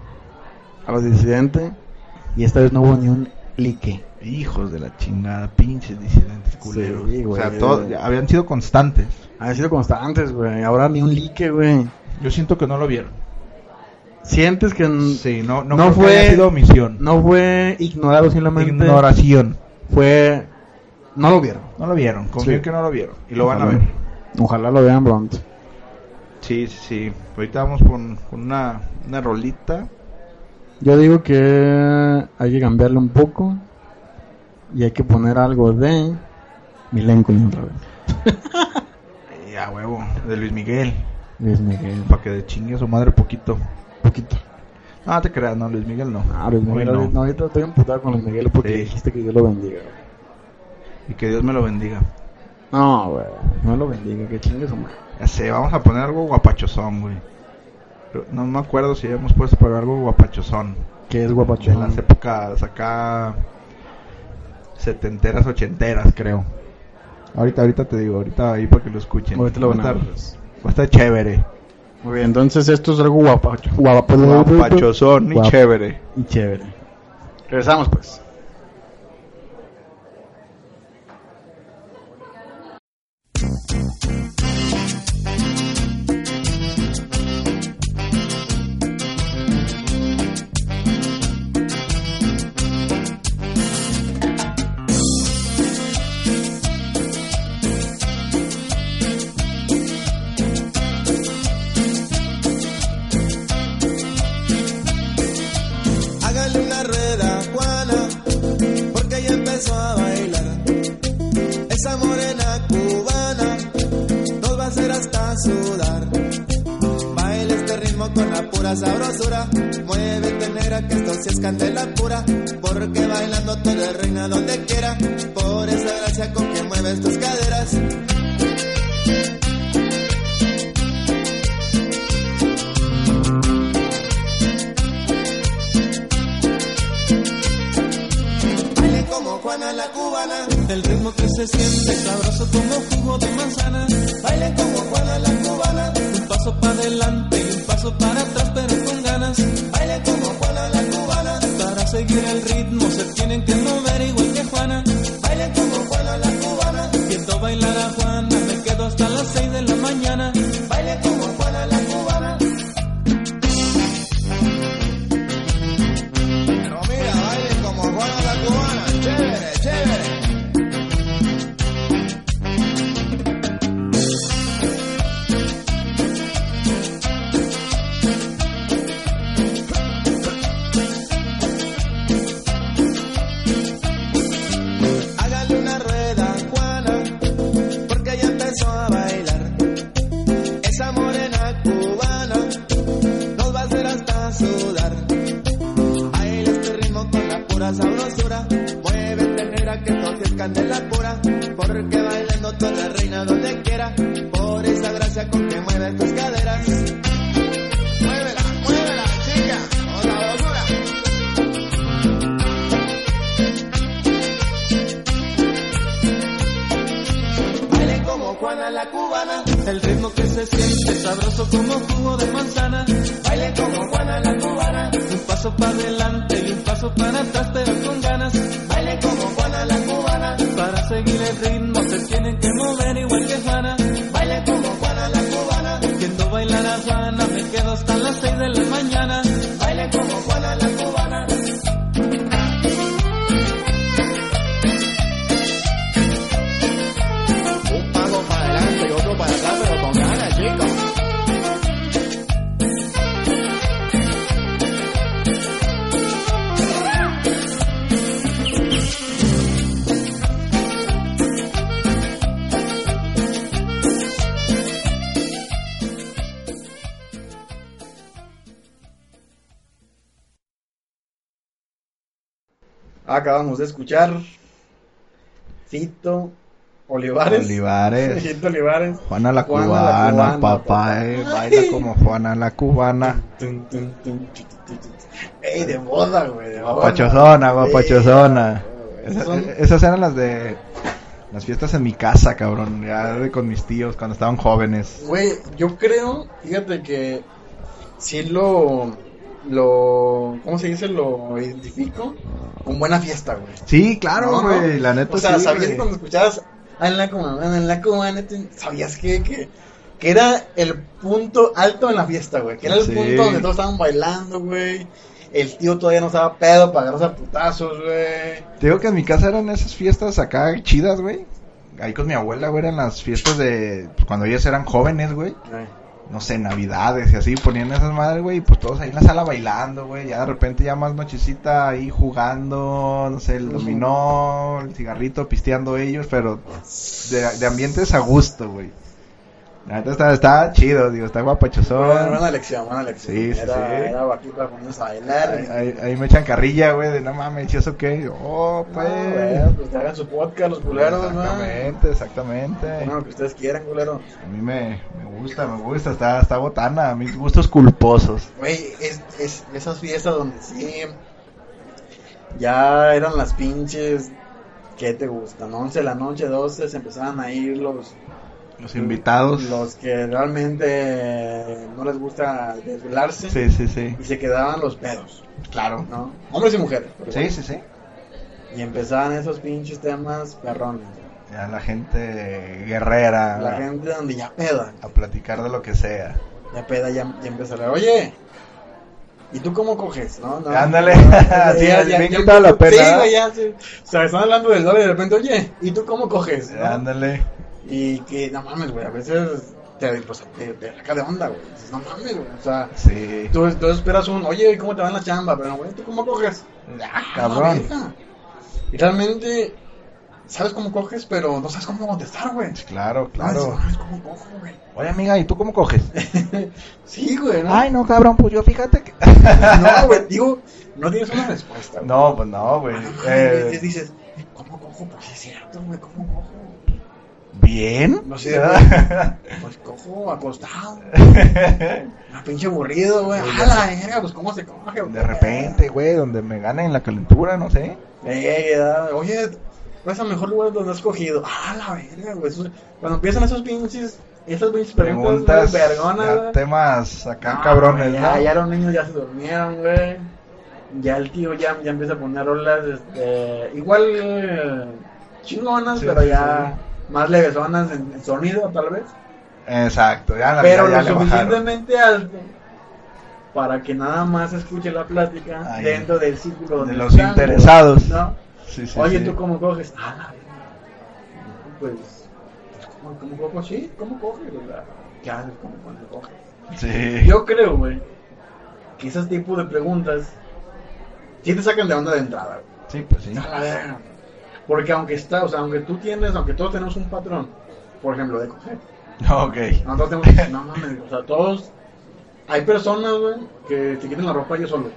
B: a los disidentes y esta vez no hubo ni un like.
A: Hijos de la chingada, pinches disidentes culeros.
B: Sí,
A: o
B: güey.
A: sea, todos ya habían sido constantes.
B: Han sido constantes, güey. Ahora ni un like, güey.
A: Yo siento que no lo vieron.
B: Sientes que n-
A: Sí, no, Mm, no,
B: No
A: creo que
B: fue-
A: haya sido omisión.
B: no fue ignorado simplemente.
A: Ignoración.
B: Fue. No lo vieron.
A: No lo vieron. Confío
B: Sí.
A: en que no lo vieron. Y lo van a
B: Ojalá.
A: ver.
B: Ojalá lo vean pronto.
A: Sí, sí, sí. Ahorita vamos con, con una, una rolita.
B: Yo digo que hay que cambiarlo un poco y hay que poner algo de Milenco otra vez.
A: Eh, a huevo. De Luis Miguel.
B: Luis Miguel,
A: Para que chingue a su madre poquito.
B: poquito.
A: No te creas, no, Luis Miguel no.
B: Ah, Luis Miguel,
A: Hoy no.
B: ahorita- no, ahorita estoy emputado con Luis Miguel porque
A: Sí.
B: dijiste que Dios lo bendiga.
A: Y que Dios me lo bendiga.
B: No, güey. No lo bendiga, que chingue su madre.
A: Ya sé, vamos a poner algo guapachosón, güey. Pero No me acuerdo si habíamos puesto por algo guapachosón.
B: Que es
A: De
B: guapachón.
A: las épocas acá. Setenteras, ochenteras, creo. Ahorita, ahorita te digo, ahorita ahí para que lo escuchen.
B: Ahorita lo van
A: va
B: a
A: a
B: ver.
A: estar, va a estar chévere.
B: Muy bien, entonces esto es algo guapacho. Guapacho.
A: Guapachosón y
B: Guap-
A: chévere.
B: Y chévere. Regresamos pues.
C: Hágale una rueda, Juana, porque ya empezó a bailar. Esa morena cubana nos va a hacer hasta sudar. Baila este ritmo con la pura sabrosura. Muévete negra, que esto sí es candela pura. Porque bailando tú eres reina donde quiera. Por esa gracia con que mueves tus caderas. Baile como Juana la cubana. El ritmo que se siente sabroso como jugo de manzana. Baile como Juana la cubana. Un paso para adelante y un paso para atrás, pero con ganas. Baile como Juana la cubana. Para seguir el ritmo se tienen que mover igual que Juana. Baile como Juana la cubana. Viendo bailar a Juana, me quedo hasta las 6 de la mañana. Baile como Juana la cubana. Pero mira, baile como Juana la cubana, chévere, chévere. Hágale una rueda, Juana, porque ya empezó a bailar. Esa morena cubana nos va a hacer hasta sudar. Baila este ritmo con la pura sabrosura. Muévete negra que no es candela pura. Porque bailando toda la reina donde quiera. Por esa gracia con que mueves tus caderas. Muévela, muévela, chica. Con sabrosura. Baile como Juana la cubana, el ritmo que se siente sabroso como jugo de manzana. Baile como Juana la cubana, un paso para adelante y un paso para atrás pero con ganas. Baile como Juana la cubana, para seguir el ritmo se tienen que mover igual que Juana. Baile como Juana la cubana, viendo bailar a Juana me quedo hasta las 6 de la mañana. Baile como Juana la cubana. Un paso para adelante y otro para atrás, pero con ganas, chicos.
B: Acabamos de escuchar Fito Olivares.
A: Olivares.
B: [laughs] Fito Olivares.
A: Juana la
B: Juana la
A: cubana,
B: cubana,
A: papá,
B: papá.
A: eh, baila como Juana la cubana.
B: Tun, tun, tun, chu, chu, chu, chu. Ey, de moda, güey. De moda.
A: Guapachosona, guapachosona.
B: güey,
A: Esa-
B: esas son-
A: Esas eran las de las fiestas en mi casa, cabrón. Ya de con mis tíos cuando estaban jóvenes.
B: Güey, yo creo, fíjate que sí lo, lo, ¿cómo se dice? Lo identifico con buena fiesta, güey.
A: Sí, claro,
B: No, no.
A: güey. La neta
B: O sea,
A: sí,
B: sabías
A: güey.
B: cuando escuchabas "Ah, en la cubana, en la cubana, te- sabías que, que, que era el punto alto en la fiesta, güey. Que era el
A: Sí.
B: punto donde todos estaban bailando, güey. El tío todavía no estaba pedo para agarrarse a putazos, güey.
A: Te digo que en mi casa eran esas fiestas acá chidas, güey. Ahí con mi abuela, güey, eran las fiestas de pues, cuando ellas eran jóvenes, güey. No sé, navidades y así, ponían esas madres, güey, y pues todos ahí en la sala bailando, güey. Ya de repente ya más nochecita ahí jugando, no sé, el
B: Ujú.
A: dominó, el cigarrito, pisteando ellos, pero de, de ambientes a gusto, güey. La neta está, está chido, digo, está
B: Buena,
A: guapachosón.
B: buena lección, buena lección.
A: Sí, sí,
B: era,
A: sí.
B: Era aquí para ponernos a bailar.
A: Ahí, ahí- ahí me echan carrilla, güey, de no mames, ¿y eso qué? Y yo, Oh,
B: No,
A: pues.
B: güey, pues que hagan su podcast los culeros, ¿no?
A: Exactamente, exactamente.
B: Bueno, lo que ustedes quieran, culero.
A: A mí me, me gusta, me gusta, está, está botana, mis gustos culposos.
B: Güey, es, es esas fiestas donde sí. Ya eran las pinches. ¿Qué te gustan? 11 de la noche, 12, se empezaban a ir los.
A: Los invitados.
B: Los que realmente no les gusta desvelarse.
A: Sí, sí, sí.
B: Y se quedaban los pedos,
A: Claro.
B: ¿no? Hombres y mujeres. pero
A: Sí,
B: bueno.
A: sí, sí.
B: Y empezaban esos pinches temas perrones.
A: Ya la gente guerrera.
B: La gente donde ya peda.
A: A platicar de lo que sea.
B: Ya peda, ya, ya empezará. Oye, ¿y tú cómo coges? No, no.
A: Ándale. [laughs]
B: Así
A: Sí, bien quitado la pena,
B: Sí,
A: ¿eh?
B: güey, ya. sí. O sea, están hablando del dólar y de repente, oye, ¿y tú cómo coges? no?
A: Ándale.
B: Y que, no mames, güey, a veces te, pues, te, te saca de onda, güey. Dices, no mames, güey. O sea,
A: Sí.
B: tú, tú esperas un, oye, ¿y ¿cómo te va en la chamba? Pero, güey, ¿tú cómo coges?
A: Ah,
B: Ah,
A: cabrón.
B: verga. Y realmente, sabes cómo coges, pero no sabes cómo contestar, güey.
A: Claro,
B: No
A: claro.
B: sabes cómo cojo, güey.
A: Oye, amiga, ¿y tú cómo
B: [laughs]
A: coges?
B: Sí, güey, ¿no?
A: Ay, no, cabrón, pues yo fíjate que...
B: No, güey, digo, no tienes una respuesta. güey.
A: No, pues no, güey.
B: Ah,
A: Eh,
B: güey, dices, ¿cómo cojo? Pues es cierto, güey, ¿cómo cojo?
A: ¿Bien? [laughs]
B: No sé, Pues cojo acostado, una pinche aburrido, güey. A la verga, pues cómo se coge, güey?
A: De repente, güey, donde me ganen la calentura, no sé.
B: Eh, ya, oye, vas al mejor lugar donde has cogido. A la verga, güey. eso- Cuando empiezan esos pinches, esas pinches
A: Preguntas,
B: preguntas, güey, vergonas,
A: ya
B: güey.
A: temas acá
B: No,
A: cabrones,
B: güey,
A: ¿no?
B: Ah, pues ya, ya los niños ya se durmieron, güey. Ya el tío ya, ya empieza a poner rolas, este, igual eh, chingonas,
A: Sí,
B: pero
A: sí,
B: ya más levesonas en, en sonido, tal vez.
A: Exacto, ya la
B: pero
A: ya- ya
B: lo
A: le bajaron.
B: suficientemente alto para que nada más escuche la plática
A: Ahí.
B: dentro del círculo donde
A: De los
B: están,
A: interesados.
B: ¿no?
A: Sí, sí,
B: Oye,
A: sí.
B: ¿tú cómo coges? Ah, la verga. No, Pues, ¿cómo, cómo cojo? Sí, ¿cómo coges? O sea, ¿Qué haces? ¿Cómo, cómo coges?
A: Sí.
B: Yo creo, güey, que ese tipo de preguntas sí te sacan de onda de entrada, güey.
A: Sí, pues sí. [laughs]
B: A la verga. Porque aunque está, o sea, aunque tú tienes, aunque todos tenemos un patrón, por ejemplo, de coger.
A: Ok.
B: Nosotros tenemos, no mames, o sea, todos, hay personas, güey, que te quitan la ropa ellos solos,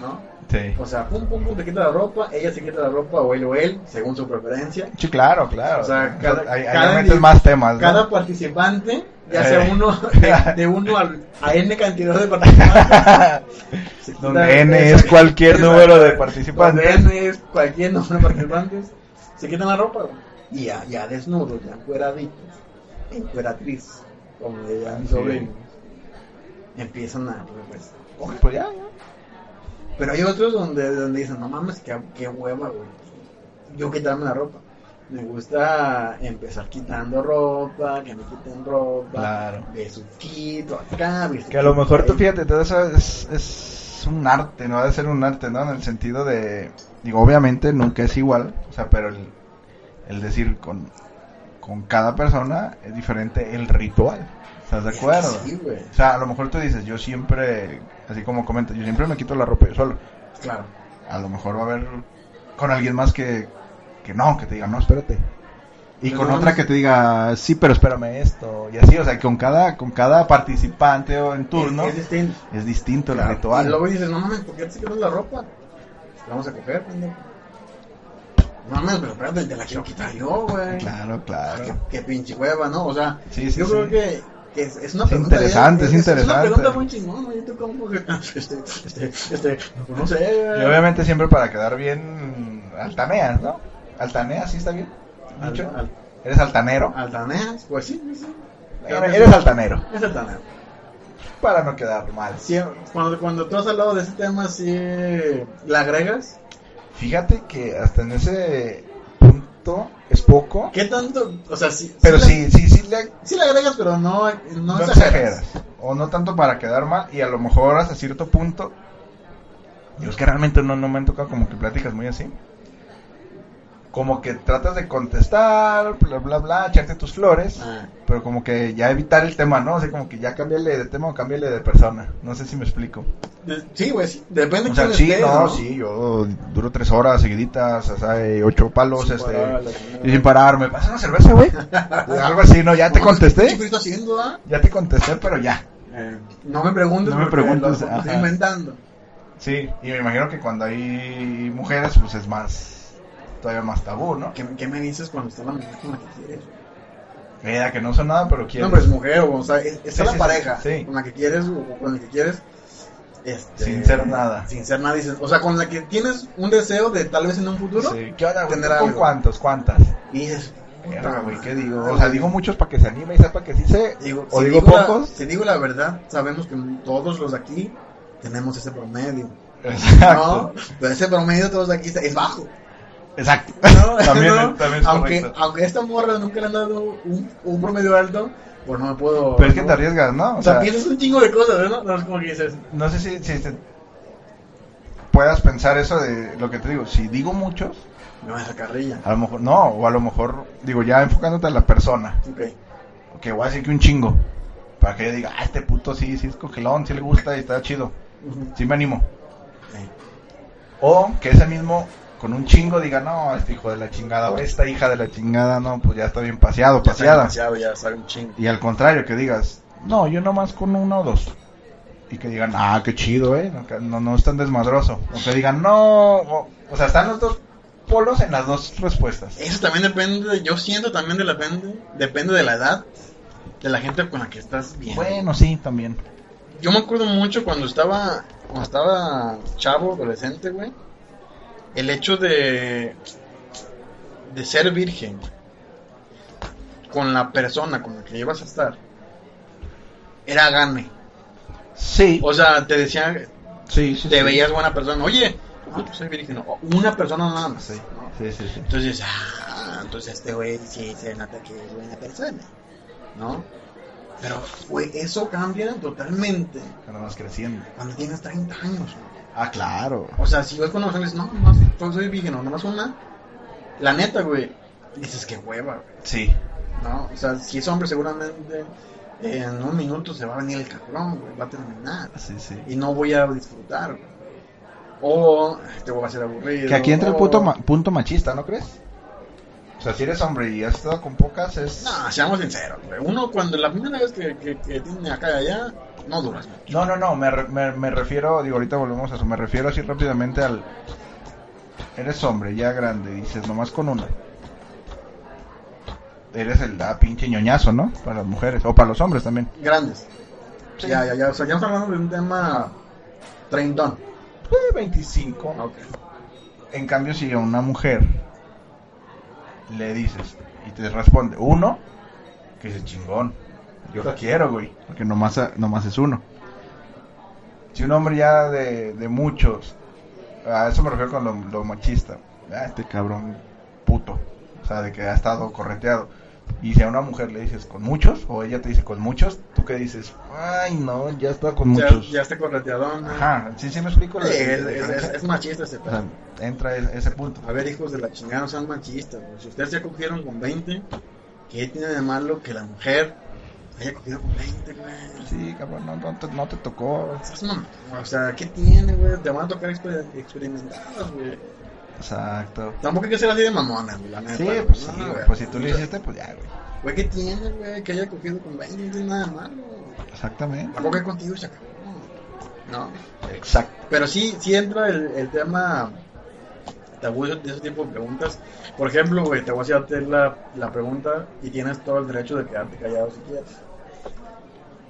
B: ¿no?
A: Sí.
B: O sea, pum, pum, pum, te quita la ropa, ella se quita la ropa, o él o él, según su preferencia.
A: Sí, claro, claro.
B: O sea, cada-
A: Ahí- ahí
B: cada
A: le metes
B: indi-
A: más temas, ¿no?
B: Cada participante, ya
A: Eh.
B: sea uno, de, de uno al, a N cantidad de participantes. se quita-
A: Donde N es
B: [laughs]
A: cualquier
B: Exacto.
A: número de participantes.
B: Donde N es cualquier número de participantes. Se quitan la ropa, güey. Y ya, ya desnudos, ya encueraditos, encueratriz, como ya
A: Sí.
B: Empiezan a, pues,
A: [laughs]
B: coger.
A: Pues ya, ya.
B: Pero hay otros donde, donde dicen, no mames, qué, qué hueva, güey. Yo quitarme la ropa. Me gusta empezar quitando ropa, que me quiten ropa.
A: Claro.
B: Besuquito acá, besuquito
A: Que a lo mejor tú
B: ahí.
A: fíjate, todo eso es, es un arte, ¿no? Ha de ser un arte, ¿no? En el sentido de. Digo, obviamente nunca es igual, o sea, pero el, el decir con, con cada persona es diferente el ritual. ¿Estás de acuerdo?
B: Sí, güey.
A: O sea, a lo mejor tú dices, yo siempre, así como comentas, yo siempre me quito la ropa yo solo.
B: Claro.
A: A lo mejor va a haber con alguien más que, que no, que te diga, no, espérate. Y
B: Pero
A: con
B: no,
A: otra
B: no.
A: que te diga, sí, pero espérame esto. Y así, o sea, con cada, con cada participante o en turno
B: Es, es distinto.
A: es distinto el
B: Claro.
A: ritual.
B: Y luego dices, no mames, ¿por qué te quitas la ropa? La Vamos a coger, pendejo. No mames, pero espérate, te la quiero quitar yo, güey.
A: Claro,
B: Ah, Qué,
A: claro.
B: qué pinche hueva, ¿no? O sea,
A: Sí, sí,
B: yo
A: sí.
B: creo que, que es, es una
A: Es
B: pregunta.
A: interesante, es
B: una
A: interesante.
B: pregunta muy chingona, ¿no? Yo te como que. [laughs] Este, este, este, no sé.
A: Y
B: güey.
A: obviamente siempre para quedar bien, altaneas, ¿no? Altaneas, sí está bien.
B: Al-
A: Dicho.
B: al-
A: Eres altanero.
B: Altaneas, pues sí, sí, sí.
A: Eres eres altanero.
B: Es altanea.
A: Para no quedar mal.
B: Sí, cuando, cuando tú has hablado de ese tema, sí. ¿La agregas?
A: Fíjate que hasta en ese punto es poco,
B: ¿Qué tanto? O sea, sí.
A: pero
B: sí.
A: sí, sí, sí le
B: la- sí la agregas, pero no, no,
A: no
B: exageras.
A: exageras. O no tanto para quedar mal y a lo mejor hasta cierto punto. Yo es que realmente no, no me han tocado como que pláticas muy así. como que tratas de contestar, bla, bla, bla, echarte tus flores,
B: Ah.
A: pero como que ya evitar el tema, ¿no? O sea, como que ya cámbiale de tema o cámbiale de persona. No sé si me explico.
B: De- Sí, güey, sí, depende
A: O
B: de
A: sea,
B: quién
A: sí,
B: estés,
A: no, sí, yo duro tres horas seguiditas, o sea, eh, ocho palos,
D: Sin
A: este,
D: parar, la chingada.
A: y sin parar, ¿me pasa una
D: [laughs]
A: cerveza, güey? Algo así, ¿no? Ya te
B: No, ¿Qué
A: contesté,
B: chingo está haciendo, ah?
A: ya te contesté, pero ya.
B: Eh, no me preguntes,
A: No me
B: porque
A: preguntes,
B: lo- lo estoy
A: ajá.
B: inventando.
A: Sí, y me imagino que cuando hay mujeres, pues es más, todavía más tabú, ¿no?
B: ¿Qué, qué me dices cuando está la mujer con la que quieres?
A: Mira, que no son nada, pero
B: No,
A: quieren.
B: pero es mujer, o, sea, es- está
A: Sí,
B: la
A: sí, sí,
B: pareja
A: sí.
B: con la que quieres o o con la que quieres. este,
A: Sin ser nada.
B: Sin ser nada, dices. O sea, con la que tienes un deseo de tal vez en un futuro.
A: Sí, ¿Qué onda, güey?
B: Tener
A: ¿Con
B: algo.
A: cuántos? ¿Cuántas?
B: Y dices,
A: Verga, güey, ¿qué
B: madre.
A: digo? O sea, digo muchos para que se anime y sepa que sí sé,
B: digo,
A: o
B: si
A: digo
B: la-
A: pocos.
B: si digo la verdad, sabemos que todos los de aquí tenemos ese promedio.
A: Exacto.
B: ¿no? Pero ese promedio de todos de aquí está- es bajo.
A: Exacto.
B: ¿no?
A: También,
B: ¿no?
A: también es
B: aunque,
A: correcto.
B: aunque esta morra nunca le han dado un, un promedio alto, pues no me
A: [laughs]
B: puedo.
A: Pero es que te
B: no-
A: arriesgas, ¿no?
B: O sea, piensas un chingo de cosas, ¿no? No es como que dices.
A: no sé si, si te- puedas pensar eso de lo que te digo. Si digo muchos,
B: Me vas a carrilla.
A: a lo mejor no, o a lo mejor digo ya enfocándote a la persona,
B: Ok.
A: que voy a decir que un chingo, para que diga, ah, este puto sí, sí es cogelón, sí le gusta y está chido,
B: Ujú.
A: sí me animo.
B: Sí.
A: O que ese mismo con un chingo diga, no, este hijo de la chingada, o esta hija de la chingada, no, pues ya está bien paseado,
B: Ya está
A: paseada.
B: demasiado, ya sabe un chingo.
A: Y al contrario, que digas, no, yo nomás con uno o dos. Y que digan, ah, qué chido, eh. No, no, no es tan desmadroso. O que digan, no. O, o sea, están los dos polos en las dos respuestas.
B: Eso también depende, de- yo siento también de depende, depende de la edad de la gente con la que estás bien.
A: Bueno, sí, también.
B: Yo me acuerdo mucho cuando estaba, cuando estaba chavo, adolescente, güey, el hecho de, de ser virgen con la persona con la que ibas a estar era gane.
A: Sí,
B: O sea, te decían,
A: sí, sí.
B: te
A: sí.
B: veías buena persona, oye, ah, pues soy virgen, o una persona nada más.
A: Sí,
B: ¿no?
A: sí, sí. sí.
B: Entonces, ah, entonces este güey sí se nota que es buena persona, ¿no? Pero, güey, eso cambia totalmente
A: Nada más creciendo.
B: cuando tienes 30 años. güey.
A: Ah, claro.
B: O sea, si vas con los hombres, no, nomás yo soy virgen, o nomás una, la neta, güey, dices que hueva, güey,
A: Sí.
B: ¿no? O sea, si es hombre, seguramente en un minuto se va a venir el cabrón, güey, va a terminar,
A: Sí, sí.
B: y no voy a disfrutar, güey. O este güey va a ser aburrido.
A: Que aquí entra el
B: o-
A: punto, ma- punto machista, ¿no crees? O sea, si eres hombre y has estado con pocas, es.
B: No, seamos sinceros, güey. Uno cuando la primera vez que, que, que tiene acá y allá, no duras mucho.
A: No, no, no, me, re- me, me refiero, digo, ahorita volvemos a eso, me refiero así rápidamente al... Eres hombre, ya grande, y dices, nomás con una. Eres el ah, pinche ñoñazo, ¿no? Para las mujeres, o para los hombres también.
B: Grandes.
A: Sí.
B: Ya, ya, ya. O sea, ya estamos hablando de un tema treintón.
A: Eh, 25.
B: Ok.
A: En cambio, si a una mujer le dices y te responde uno, que es chingón. Yo la quiero, güey. Porque nomás, nomás es uno. Si un hombre ya de, de muchos, a eso me refiero con lo, lo machista. Ah, este cabrón puto. O sea, de que ha estado correteado. Y si a una mujer le dices con muchos, o ella te dice con muchos, tú que dices, ay no, ya está con
B: Ya,
A: muchos.
B: ya está correteadón. ¿no?
A: Ajá, sí, sí me explico. la-
B: Sí, es,
A: la
B: es-
A: diferencia?
B: es- es machista ese
A: O sea,
B: pedo.
A: entra e- ese punto.
B: A ver, hijos de la chingada, no sean machistas. güey. Si ustedes se acogieron con 20, ¿qué tiene de malo que la mujer haya cogido con 20, güey?
A: Sí, cabrón, no, no te, no te tocó.
B: Estás mamón. O sea, ¿qué tiene, güey? Te van a tocar exper- experimentadas, güey.
A: Exacto.
B: Tampoco hay que ser así de mamona, güey, la neta.
A: Sí,
B: güey.
A: pues sí,
B: No,
A: güey.
B: güey.
A: Pues si tú
B: O
A: le
B: sea,
A: hiciste, pues ya, güey.
B: Güey, ¿qué tiene, güey? Que haya cogido con 20, no tiene nada de malo. güey.
A: Exactamente.
B: La coge contigo y se acabó. No.
A: Exacto.
B: Pero sí, sí entra el, el tema tabú de ese tipo de preguntas. Por ejemplo, güey, te voy a hacer a ti la, la pregunta y tienes todo el derecho de quedarte callado si quieres.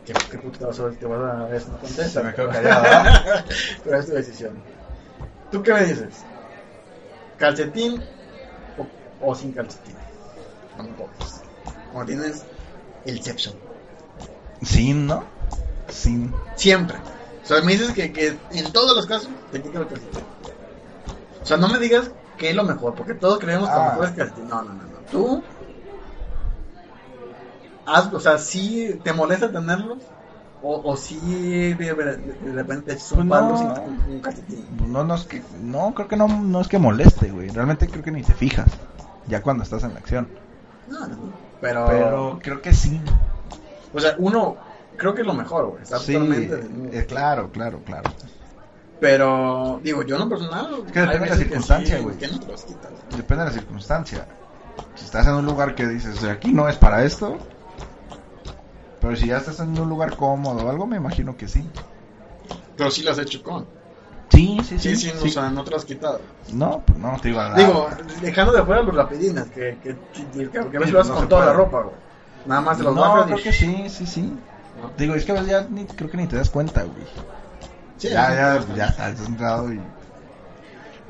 B: ¿Qué, qué puto te vas a te vas a ver? No contestas.
A: Se me quedó callado, ¿verdad?
B: [laughs] Pero es tu decisión. ¿Tú qué me dices? ¿Calcetín o, o sin calcetín? Tampoco. Como tienes el cepso.
A: Sin, ¿no? Sin.
B: Siempre. O sea, me dices que, que en todos los casos te quita el calcetín. O sea, no me digas que es lo mejor, porque todos creemos que
A: Ah.
B: lo mejor es calcetín. No, no, no, no. Tú. haz- o sea, sí te molesta tenerlo. O, o sí de, ver- de repente es
A: Pues
B: un palo
A: no.
B: sin un, un calcetín.
A: Pues No, no es que, no, creo que no, no es que moleste, güey. Realmente creo que ni te fijas. ya cuando estás en la acción.
B: No, no, Pero,
A: Pero creo que sí.
B: o sea, uno, creo que es lo mejor, güey. Está
A: Sí,
B: totalmente desnudo.
A: eh, claro, claro, claro.
B: Pero, digo, yo no personal.
A: Es que depende de la circunstancia, güey.
B: Que no te los quitan.
A: Depende de la circunstancia. Si estás en un lugar que dices, aquí no es para esto. Pero si ya estás en un lugar cómodo o algo, me imagino que sí.
B: Pero sí las he hecho con.
A: Sí, sí,
B: Sí, sí, o sea, no te las quitado.
A: No, pues no, te iba a dar.
B: Digo, dejando de fuera los lapidinas, que, que, que, que a veces lo haces
A: No se
B: con toda la
A: puede.
B: ropa, güey. Nada más de los
A: no,
B: bajas
A: creo
B: y-
A: que sí, sí, sí.
B: No.
A: Digo, es que a veces ya ni- creo que ni te das cuenta, güey.
B: Sí,
A: ya,
B: sí.
A: ya, ya estás entrado y...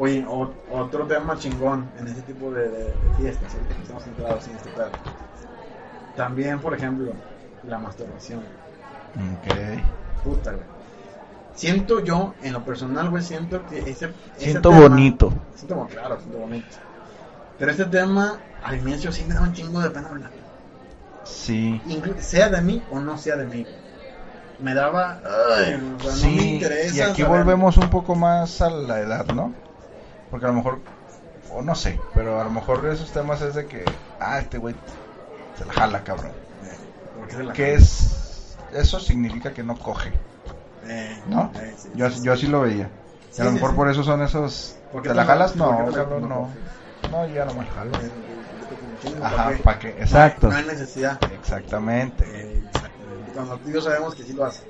B: Oye, o- otro tema chingón en ese tipo de, de- de fiestas, ahorita que estamos entrados en este tal. También, por ejemplo, la masturbación.
A: Ok.
B: Puta, güey. Siento yo, en lo personal, güey, siento que ese. ese
A: Siento
B: tema-
A: bonito.
B: Siento como, claro, siento bonito. Pero este tema, al inicio sí me da un chingo de pena hablar.
A: Sí.
B: Inclu- sea de mí o no sea de mí. Me daba. Ay, o sea, no me
A: Sí,
B: interesa.
A: y aquí
B: saber-
A: volvemos un poco más a la edad, ¿no? Porque a lo mejor, o no sé, pero a lo mejor esos temas es de que, ah, este güey se la jala, cabrón.
B: ¿Por qué se la-
A: Que es, eso significa que no coge,
B: Eh,
A: ¿no?
B: eh, sí,
A: Yo,
B: sí,
A: yo así lo veía. Y
B: Sí,
A: a lo
B: sí,
A: mejor
B: sí.
A: por eso son esos,
B: ¿Por qué
A: ¿te la
B: tú-
A: jalas?
B: por
A: No,
B: qué te la-
A: cabrón,
B: no
A: no. No, yo ya no me la jalo. Ajá,
B: Ajá,
A: ¿pa' qué? Exacto.
B: No hay necesidad.
A: Exactamente.
B: Eh, exactamente. Cuando tú y yo sabemos que sí lo hace.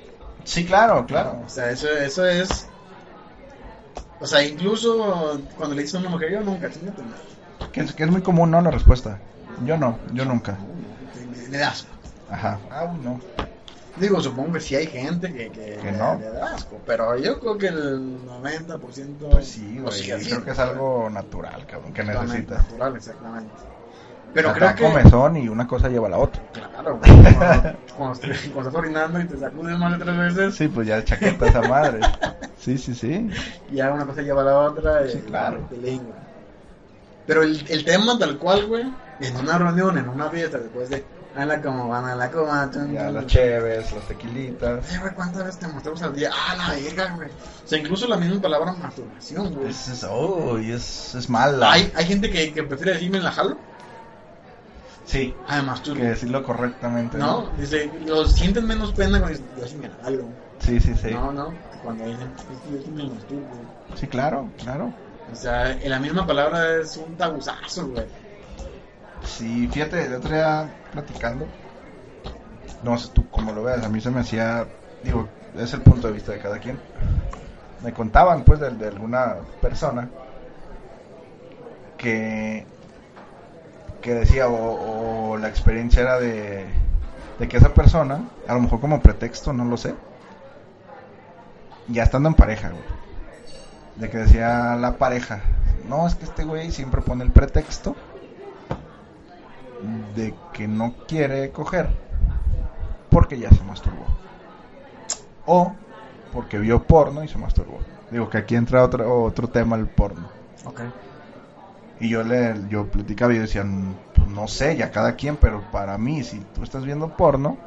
A: Sí, claro, claro.
B: O sea, eso, eso es. O sea, incluso cuando le dicen a una mujer, yo nunca, chingate, no.
A: Que es, que es muy común, ¿no? La respuesta. Yo no, yo nunca.
B: Le- Le das.
A: Ajá. Ah, no.
B: Digo, supongo que sí hay gente que, que,
A: Que no.
B: le da asco, pero yo creo que el 90%
A: Pues sí,
B: lo
A: güey.
B: sigue
A: creo
B: haciendo,
A: que es
B: ¿sabes?
A: algo natural, cabrón, que
B: Totalmente
A: necesitas.
B: Natural, exactamente. Pero
A: Acá
B: creo que...
A: comezón y una cosa lleva a la otra.
B: Claro, güey, cuando, cuando estás- [laughs] cuando estás orinando y te sacudes más de tres veces,
A: Sí, pues ya chaqueta esa madre. Sí, sí, sí.
B: ya una cosa lleva a la otra. eh,
A: Sí,
B: y-
A: claro.
B: y te lengua. Pero el, el tema tal cual, güey, en una reunión, en una fiesta, después de... A la como van, a la coma... chun,
A: Ya
B: chun,
A: las
B: chun".
A: cheves, las tequilitas.
B: Ay, "Eh, güey, ¿cuántas veces te mostramos al día? Ah, la verga, güey. O sea, incluso la misma palabra masturbación, güey.
A: Es, es, oh, y es, es mala.
B: Hay, hay gente que, que prefiere decirme en la jalo.
A: Sí,
B: Además, tú.
A: que decirlo correctamente.
B: No, dice, los sienten menos pena cuando dicen, yo sí me la jalo.
A: Sí, sí, sí.
B: No, no, cuando dicen, "Es que yo sí me la masturbo".
A: Sí, claro, claro.
B: O sea, en la misma palabra es un tabuzazo, güey.
A: Sí, fíjate, el otro día platicando, no sé tú cómo lo veas, a mí se me hacía, digo, es el punto de vista de cada quien. Me contaban, pues, de, de alguna persona que, que decía, o, o la experiencia era de, de que esa persona, a lo mejor como pretexto, no lo sé, ya estando en pareja, güey, de que decía la pareja, no, es que este güey siempre pone el pretexto de que no quiere coger porque ya se masturbó. O porque vio porno y se masturbó. Digo que aquí entra otro, otro tema, el porno.
B: Ok.
A: Y yo le yo platicaba y decían, pues no sé, ya cada quien, pero para mí, si tú estás viendo porno,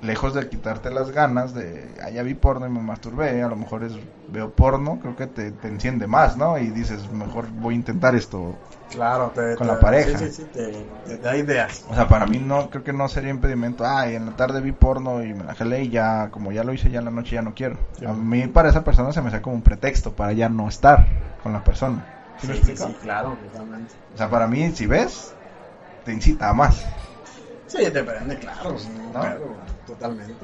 A: lejos de quitarte las ganas de, ah, ya vi porno y me masturbé, a lo mejor es, veo porno, creo que te, te enciende más, ¿no? Y dices, mejor voy a intentar esto,
B: Claro, te,
A: Con la pareja.
B: Sí, sí, sí, te, te da ideas.
A: O sea, para mí no, creo que no sería impedimento. Ay, en la tarde vi porno y me la jalé y ya, como ya lo hice ya en la noche, ya no quiero.
B: Sí.
A: A mí para esa persona se me hace como un pretexto para ya no estar con la persona. ¿Sí me explico?
B: claro, totalmente.
A: O sea, para mí, si ves, te incita a más.
B: Sí, te prende, claro, sí,
A: ¿No?
B: claro, güey, totalmente.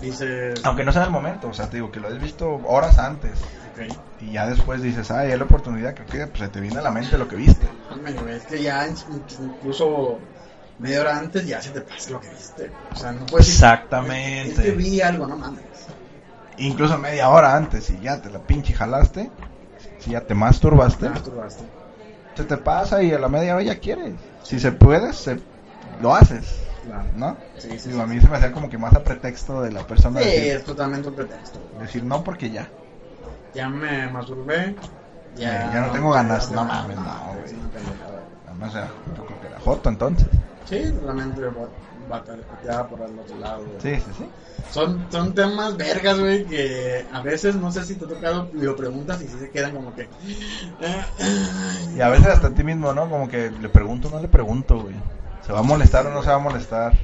B: Dices,
A: Aunque no sea el momento, o sea, te digo que lo has visto horas antes
B: ok.
A: y ya después dices, ay, es la oportunidad, creo que pues, se te viene a la mente lo que viste.
B: Hombre, güey, es que ya in- incluso media hora antes ya se te pasa lo que viste. O sea, no puedes decir,
A: Exactamente.
B: Pues, Es que vi algo, no mames.
A: Incluso media hora antes y ya te la pinche jalaste, si ya te masturbaste.
B: Te masturbaste.
A: se te pasa y a la media hora ya quieres. Si se puede, se, lo haces,
B: Claro.
A: ¿no?
B: Sí, sí, sí.
A: Digo, a mí se me hacía como que más a pretexto de la persona
B: Sí,
A: decir,
B: es totalmente un pretexto. güey.
A: decir no porque ya.
B: Ya me masturbé. Ya,
A: Eh, ya no tengo ganas,
B: ya
A: no
B: me-
A: mames, no, güey.
B: es una pendejada.
A: Además, era- yo creo que era Joto entonces.
B: Sí, totalmente va, pateada por el otro lado, güey.
A: Sí, sí, sí.
B: Son, son temas vergas, güey, que a veces no sé si te ha tocado y lo preguntas y si se quedan como que. "Ah,
A: Y a veces hasta a ti mismo, ¿no? Como que le pregunto o no le pregunto, güey. ¿Se va a molestar o no se va a molestar?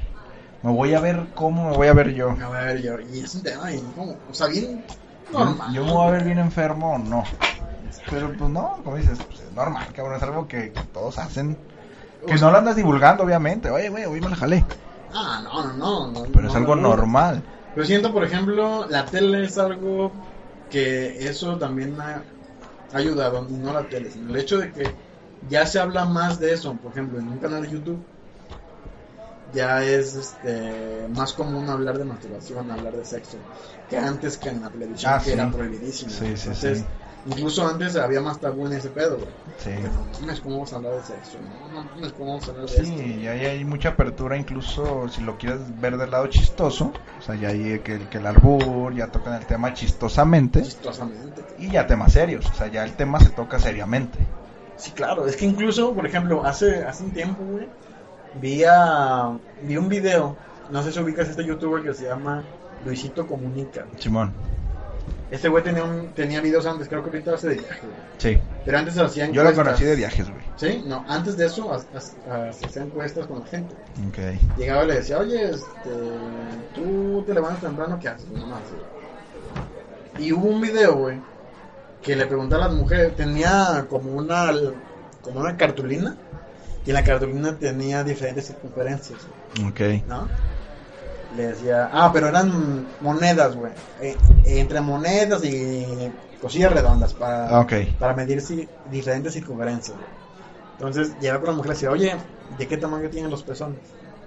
A: Me voy a ver cómo me voy a ver yo.
B: A ver, yo, y es un tema bien como, o sea, bien normal.
A: Yo me voy a ver bien enfermo o no. Pero pues no, como dices, pues, es normal, cabrón. Es algo que, que todos hacen. Que no lo andas divulgando, obviamente. Oye, güey, hoy me la jalé.
B: Ah, no, no, no. no,
A: Pero es
B: no,
A: algo
B: no, no.
A: normal.
B: Yo siento, por ejemplo, la tele es algo que eso también ha ha ayudado, y no la tele, sino el hecho de que ya se habla más de eso, por ejemplo, en un canal de YouTube ya es este, más común hablar de masturbación, hablar de sexo, que antes que en la televisión
A: Ah,
B: que
A: sí.
B: era prohibidísimo.
A: Sí, sí, sí.
B: Entonces, incluso antes había más tabú en ese pedo, güey.
A: Sí.
B: Que No mames, ¿cómo vamos a hablar de sexo? No no mames, ¿cómo vamos a hablar de esto?
A: Sí, y ahí hay mucha apertura, incluso si lo quieres ver del lado chistoso. O sea, ya hay que, que el albur, ya tocan el tema chistosamente.
B: Chistosamente.
A: Y ya temas serios. O sea, ya el tema se toca seriamente.
B: Sí, claro, es que incluso, por ejemplo, hace, hace un tiempo, güey, vi, a- vi un video, no sé si ubicas a este youtuber que se llama Luisito Comunica.
A: Simón.
B: Este güey tenía, un, tenía videos antes, creo que ahorita hace de viaje, güey.
A: Sí.
B: Pero antes hacían
A: Yo lo
B: encuestas.
A: conocí de viajes, güey.
B: Sí, no, antes de eso ha- ha- ha- se hacían encuestas con la gente.
A: Ok.
B: Llegaba y le decía, oye, este, tú te levantas temprano, ¿qué haces? No más, güey. Y hubo un video, güey, que le preguntó a las mujeres, tenía como una, como una cartulina, y la cartulina tenía diferentes circunferencias,
A: Ok.
B: ¿no? Le decía, ah, pero eran monedas, güey, eh, entre monedas y cosillas redondas para,
A: Ah, Ok.
B: para medir si, diferentes circunferencias. güey. Entonces, llegaba con la mujer y le decía, oye, ¿de qué tamaño tienen los pezones?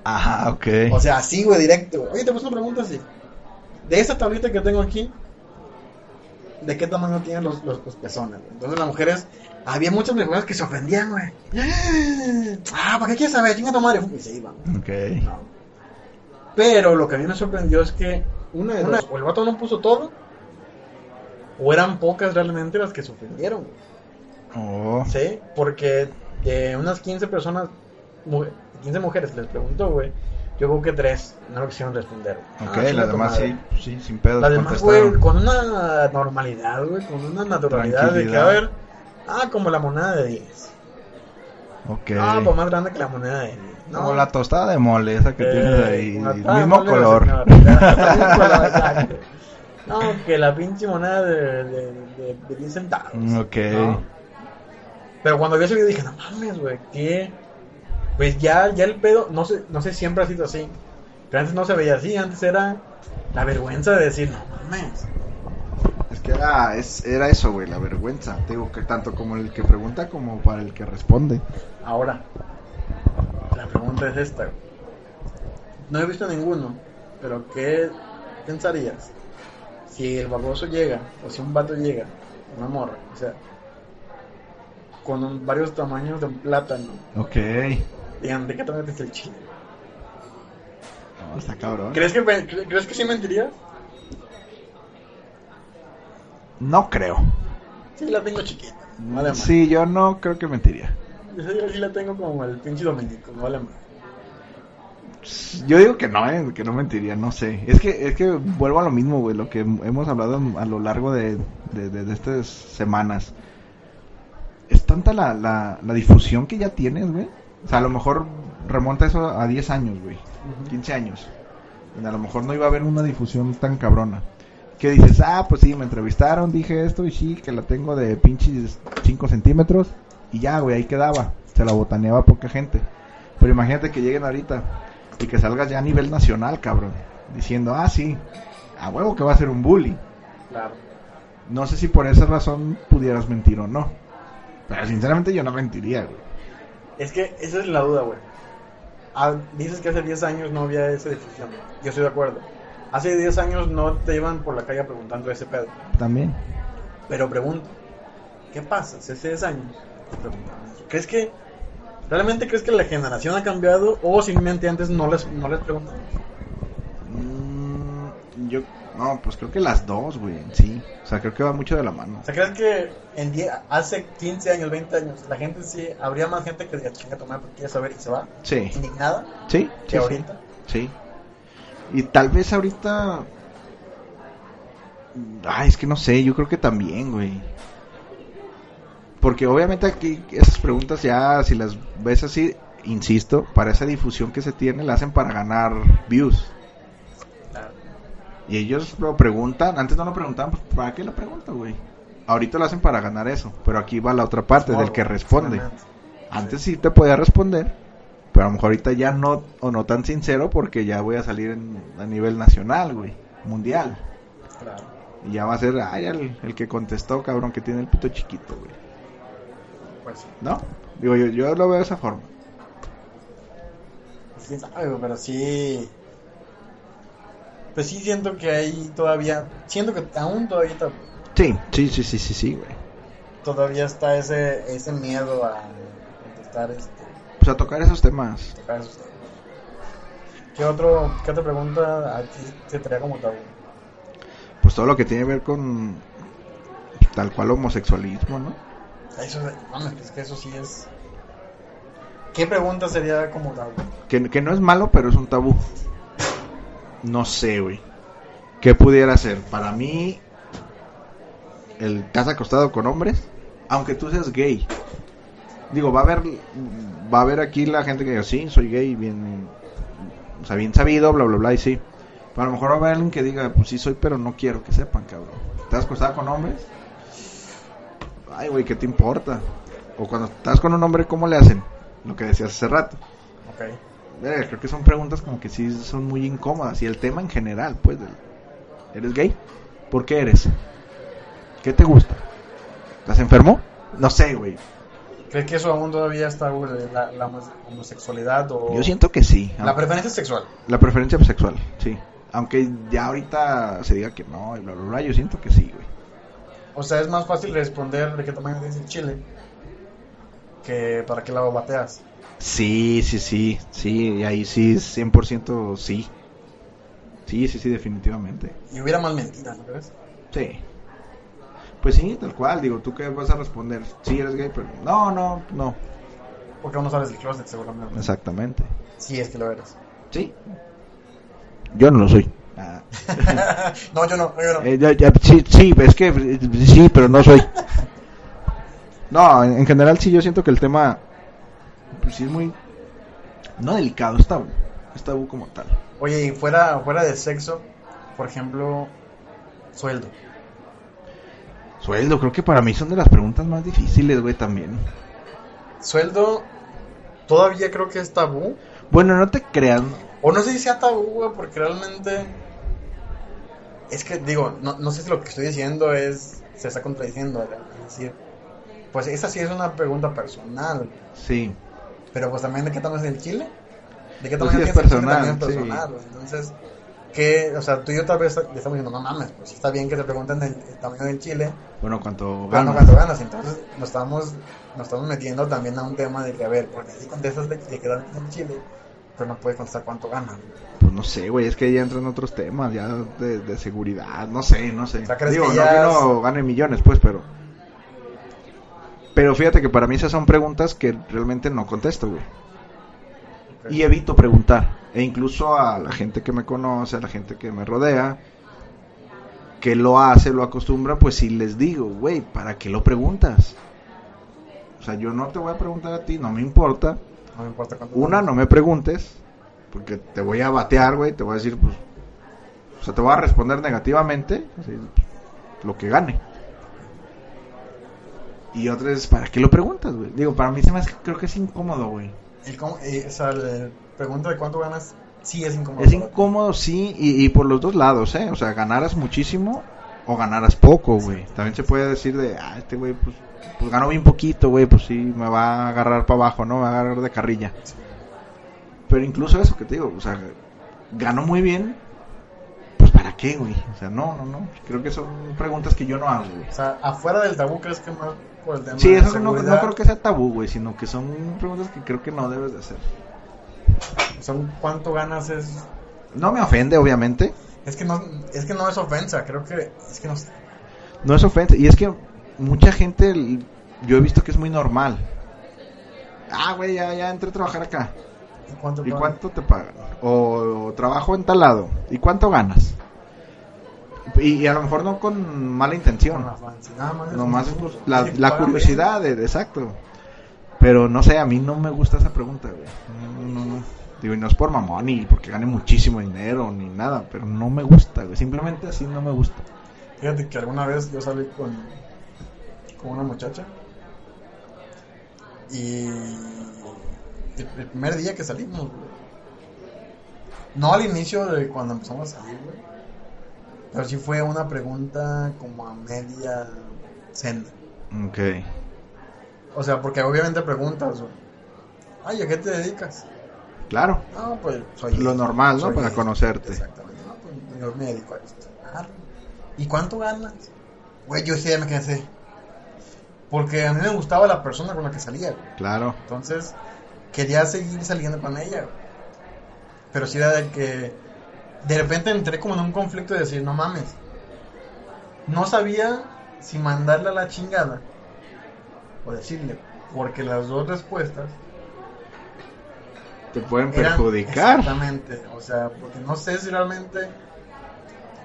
A: Ajá, ok.
B: O sea, así, güey, directo. güey. Oye, te puse una pregunta así. De esa tablita que tengo aquí, ¿de qué tamaño tienen los, los, los pezones? güey? Entonces las mujeres, había muchas mujeres que se ofendían, güey. Ah, ¿para qué quieres saber? Chinga tu madre. Y se iban.
A: ok.
B: No. Pero lo que a mí me sorprendió es que una de dos, o el vato no puso todo, o eran pocas realmente las que se ofendieron, güey.
A: Oh,
B: Sí, porque de unas 15 personas, mu- 15 mujeres les preguntó, güey. Yo creo que tres no lo quisieron responder. güey.
A: ok,
B: Ah, chinga
A: las
B: tu
A: demás
B: madre.
A: sí, sí, sin pedos
B: Las demás, güey,
A: contestaron.
B: con una normalidad, güey, con una naturalidad de que, a
A: Tranquilidad.
B: ver, ah, como la moneda de 10.
A: Ok.
B: Ah, pues más grande que la moneda de 10. No,
A: O la tostada de mole, esa que
B: Eh,
A: tienes ahí,
B: una-
A: el
B: ah,
A: mismo
B: no le voy a
A: color.
B: decir nada, el mismo color, exacto.
A: [laughs]
B: No, que la pinche moneda de, de, de, de 10 centavos.
A: Mm, ok.
B: ¿no? Pero cuando vi eso yo dije, no mames, güey, ¿qué? Pues ya, ya el pedo, no sé, no sé, siempre ha sido así. Pero antes no se veía así, antes era la vergüenza de decir, no mames.
E: Es que era, es, era eso, güey, la vergüenza. Te digo que tanto como el que pregunta como para el que responde.
B: Ahora, la pregunta es esta. güey. No he visto ninguno, pero ¿qué pensarías si el baboso llega, o si un vato llega, una morra, o sea, con un- varios tamaños de un plátano?
A: Ok.
B: Digan, ¿de qué tamaño es el chile?
E: No, está cabrón.
B: ¿Crees que, pe- cre- ¿Crees que sí mentirías?
A: No creo.
B: Sí, la tengo chiquita. no Vale, más.
A: Sí, yo no creo que mentiría.
B: Yo sí- yo sí la tengo como el pinche dominico. no Vale, más.
A: Yo digo que no, eh, que no mentiría, no sé. Es que, es que vuelvo a lo mismo, güey, lo que hemos hablado a lo largo de, de- de- de estas semanas. Es tanta la, la- la difusión que ya tienes, güey. O sea, a lo mejor remonta eso a 10 años, güey. 15 años. donde a lo mejor no iba a haber una difusión tan cabrona. Que dices, ah, pues sí, me entrevistaron, dije esto y sí, que la tengo de pinches 5 centímetros. Y ya, güey, ahí quedaba. Se la botaneaba poca gente. Pero imagínate que lleguen ahorita y que salgas ya a nivel nacional, cabrón. Diciendo, ah, sí, a huevo que va a ser un bully.
B: Claro.
A: No sé si por esa razón pudieras mentir o no. Pero sinceramente yo no mentiría, güey.
B: Es que esa es la duda, güey. Ah, dices que hace 10 años no había esa difusión. Yo estoy de acuerdo. Hace 10 años no te iban por la calle preguntando ese pedo.
A: También.
B: Pero pregunto, ¿qué pasa si hace 10 años te preguntaban eso? ¿Crees que... ¿Realmente crees que la generación ha cambiado o simplemente antes no les, no les preguntan?
A: Mm, yo, no, pues creo que las dos, güey, en sí. O sea, creo que va mucho de la mano.
B: O sea, ¿crees que en die- hace 15 años, 20 años, la gente sí, habría más gente que diga, chinga, tomar porque quiere saber y se va?
A: Sí,
B: ¿Indignada?
A: sí,
B: ¿Que
A: sí.
B: ahorita?
A: Sí, Sí. Y tal vez ahorita. Ay, es que no sé, yo creo que también, güey. Porque obviamente aquí esas preguntas ya, si las ves así, insisto, para esa difusión que se tiene, la hacen para ganar views. Y ellos lo preguntan, antes no lo preguntaban, pues, ¿para qué lo preguntan, güey? Ahorita lo hacen para ganar eso, pero aquí va la otra parte del que responde. Antes sí te podía responder, pero a lo mejor ahorita ya no, o no tan sincero, porque ya voy a salir en- a nivel nacional, güey, mundial.
F: Claro.
A: Y ya va a ser, ay, el, el que contestó, cabrón, que tiene el pito chiquito, güey.
F: Pues sí.
A: ¿No? Digo, yo, yo lo veo de esa forma.
F: Pues, quién sabe, güey, pero sí. Pues sí siento que hay todavía. Siento que aún todavía, to-
A: Sí, sí, sí, sí, sí, sí, güey.
F: todavía está ese, ese miedo a contestar este.
A: Pues a tocar esos temas.
F: tocar esos temas. ¿Qué, otro, ¿Qué otra pregunta a ti te trae como tabú?
A: Pues todo lo que tiene que ver con pues, tal cual homosexualismo, ¿no?
F: Eso, mames, es que eso sí es. ¿Qué pregunta sería como tabú?
A: Que, que no es malo, pero es un tabú. No sé, güey. ¿Qué pudiera ser? Para mí, el te has acostado con hombres, aunque tú seas gay. Digo, va a haber, va a haber aquí la gente que diga, sí, soy gay, bien, o sea, bien sabido, bla, bla, bla, y sí. Pero a lo mejor va a haber alguien que diga, pues sí soy, pero no quiero que sepan, cabrón. ¿Te has acostado con hombres? Ay, güey, ¿qué te importa? O cuando estás con un hombre, ¿cómo le hacen? Lo que decías hace rato.
F: Ok.
A: Eh, creo que son preguntas como que sí son muy incómodas. Y el tema en general, pues, del- ¿eres gay? ¿Por qué eres? ¿Qué te gusta? ¿Estás enfermo? No sé, güey.
F: ¿Crees que eso aún todavía está tabú, la, la homose- homosexualidad o
A: Yo siento que sí.
F: la
A: Aunque-
F: preferencia sexual?
A: La preferencia sexual, sí. Aunque ya ahorita se diga que no y bla, bla, bla, yo siento que sí, güey.
F: O sea, es más fácil responder de qué tamaño tienes el chile que para qué lado bateas.
A: Sí, sí, sí, sí, y ahí sí, 100% sí. Sí, sí, sí, definitivamente.
F: Y hubiera más mentiras, ¿no crees?
A: Sí. Pues sí, tal cual, digo, ¿tú qué vas a responder? Sí, eres gay, pero no, no, no.
F: Porque aún no sabes el closet, seguramente.
A: Exactamente.
F: Sí, es que lo eres. [laughs]
A: Sí. Ah. Yo no lo soy.
F: no, yo no, yo no.
A: [laughs] Eh, ya- ya, sí, sí, es que eh, sí, pero no soy. No, en, en general sí, yo siento que el tema pues, sí es muy no delicado, es tabú, es tabú como tal.
F: Oye, y fuera, fuera de sexo, por ejemplo, sueldo.
A: Sueldo, creo que para mí son de las preguntas más difíciles, güey, también.
F: Sueldo todavía creo que es tabú.
A: Bueno, no te crean.
F: O no sé si sea tabú, güey, porque realmente. Es que, digo, no, no sé si lo que estoy diciendo es. Se está contradiciendo. ¿verdad? Es decir, pues esa sí es una pregunta personal.
A: Sí.
F: Pero pues también, ¿de qué tamaño es el chile? ¿De qué
A: Pues
F: tamaño
A: sí, es
F: tienes el chile?
A: personal,
F: También es
A: sí.
F: personal, güey. Entonces, ¿qué? O sea, tú y yo tal vez le estamos diciendo, no mames, pues está bien que te pregunten el, el tamaño del chile,
A: Bueno, cuanto
F: pero no
A: ganas.
F: cuánto ganas. Entonces, nos estamos, nos estamos metiendo también a un tema de que, a ver, porque si contestas de, de qué tamaño es el chile, pero no puedes contestar cuánto ganas.
A: Pues no sé, güey, es que ya entran otros temas, ya de, de seguridad, no sé, no sé.
F: O sea, ¿crees
A: Digo,
F: que
A: no
F: ya
A: que
F: es-
A: no gane millones, pues, pero. Pero fíjate que para mí esas son preguntas que realmente no contesto, güey. Y evito preguntar. E incluso a la gente que me conoce, a la gente que me rodea, que lo hace, lo acostumbra, pues sí les digo, güey, ¿para qué lo preguntas? O sea, yo no te voy a preguntar a ti, no me importa.
F: No me importa cuánto.
A: Una, no me preguntes, porque te voy a batear, güey, te voy a decir, pues, o sea, te voy a responder negativamente, así, pues, lo que gane. Y otra es, ¿para qué lo preguntas, güey? Digo, para mí se me hace, creo que es incómodo, güey.
F: El cómo- eh, o sea, la pregunta de cuánto ganas sí es incómodo.
A: Es incómodo, sí, y, y por los dos lados, ¿eh? O sea, ganaras muchísimo o ganaras poco, güey. También se puede decir de, ah, este güey, pues, pues ganó bien poquito, güey, pues sí, me va a agarrar para abajo, ¿no? Me va a agarrar de carrilla. Pero incluso eso que te digo, o sea, ganó muy bien, pues ¿para qué, güey? O sea, no, no, no. Creo que son preguntas que yo no hago, güey.
F: O sea, afuera del tabú crees que más por el tema
A: Sí,
F: de
A: eso que no, no
F: seguridad,
A: creo que sea tabú, güey, sino que son preguntas que creo que no debes de hacer.
F: Son cuánto ganas es...
A: No me ofende, obviamente.
F: Es que, no, es que no es ofensa, creo que... Es que no... sé.
A: No es ofensa. Y es que mucha gente, el- yo he visto que es muy normal. Ah, güey, ya, ya entré a trabajar acá.
F: ¿Y cuánto
A: ¿Y
F: pagan?
A: cuánto te pagan? O, o trabajo en tal lado. ¿Y cuánto ganas? Y, y a lo mejor no con mala
F: Con
A: intención.
F: la fancy, nada más.
A: Nomás pues,
F: Sí,
A: la,
F: sí,
A: la
F: pagan
A: curiosidad, de- exacto. Pero no sé, a mí no me gusta esa pregunta, güey. No, no, no. Digo, y no es por mamón, ni porque gane muchísimo dinero, ni nada. Pero no me gusta, güey. Simplemente así no me gusta.
F: bien. Fíjate que alguna vez yo salí con, con una muchacha. Y. El, el primer día que salimos, güey. No al inicio de cuando empezamos a salir, güey. Pero sí fue una pregunta como a media cena.
A: Ok.
F: O sea, porque obviamente preguntas, güey. Ay, ¿a qué te dedicas?
A: Claro.
F: No, pues soy.
A: Lo normal, ¿no?
F: soy
A: Para
F: gay.
A: conocerte.
F: Exactamente. No, pues yo me dedico a esto. Ah, ¿Y cuánto ganas? Güey, yo sí ya me cansé. Porque a mí me gustaba la persona con la que salía, güey.
A: Claro.
F: Entonces, quería seguir saliendo con ella, güey. Pero sí era de que. De repente entré como en un conflicto de decir, no mames. No sabía si mandarla a la chingada o decirle, porque las dos respuestas
A: Te pueden
F: eran-
A: perjudicar.
F: Exactamente, o sea, porque no sé si realmente.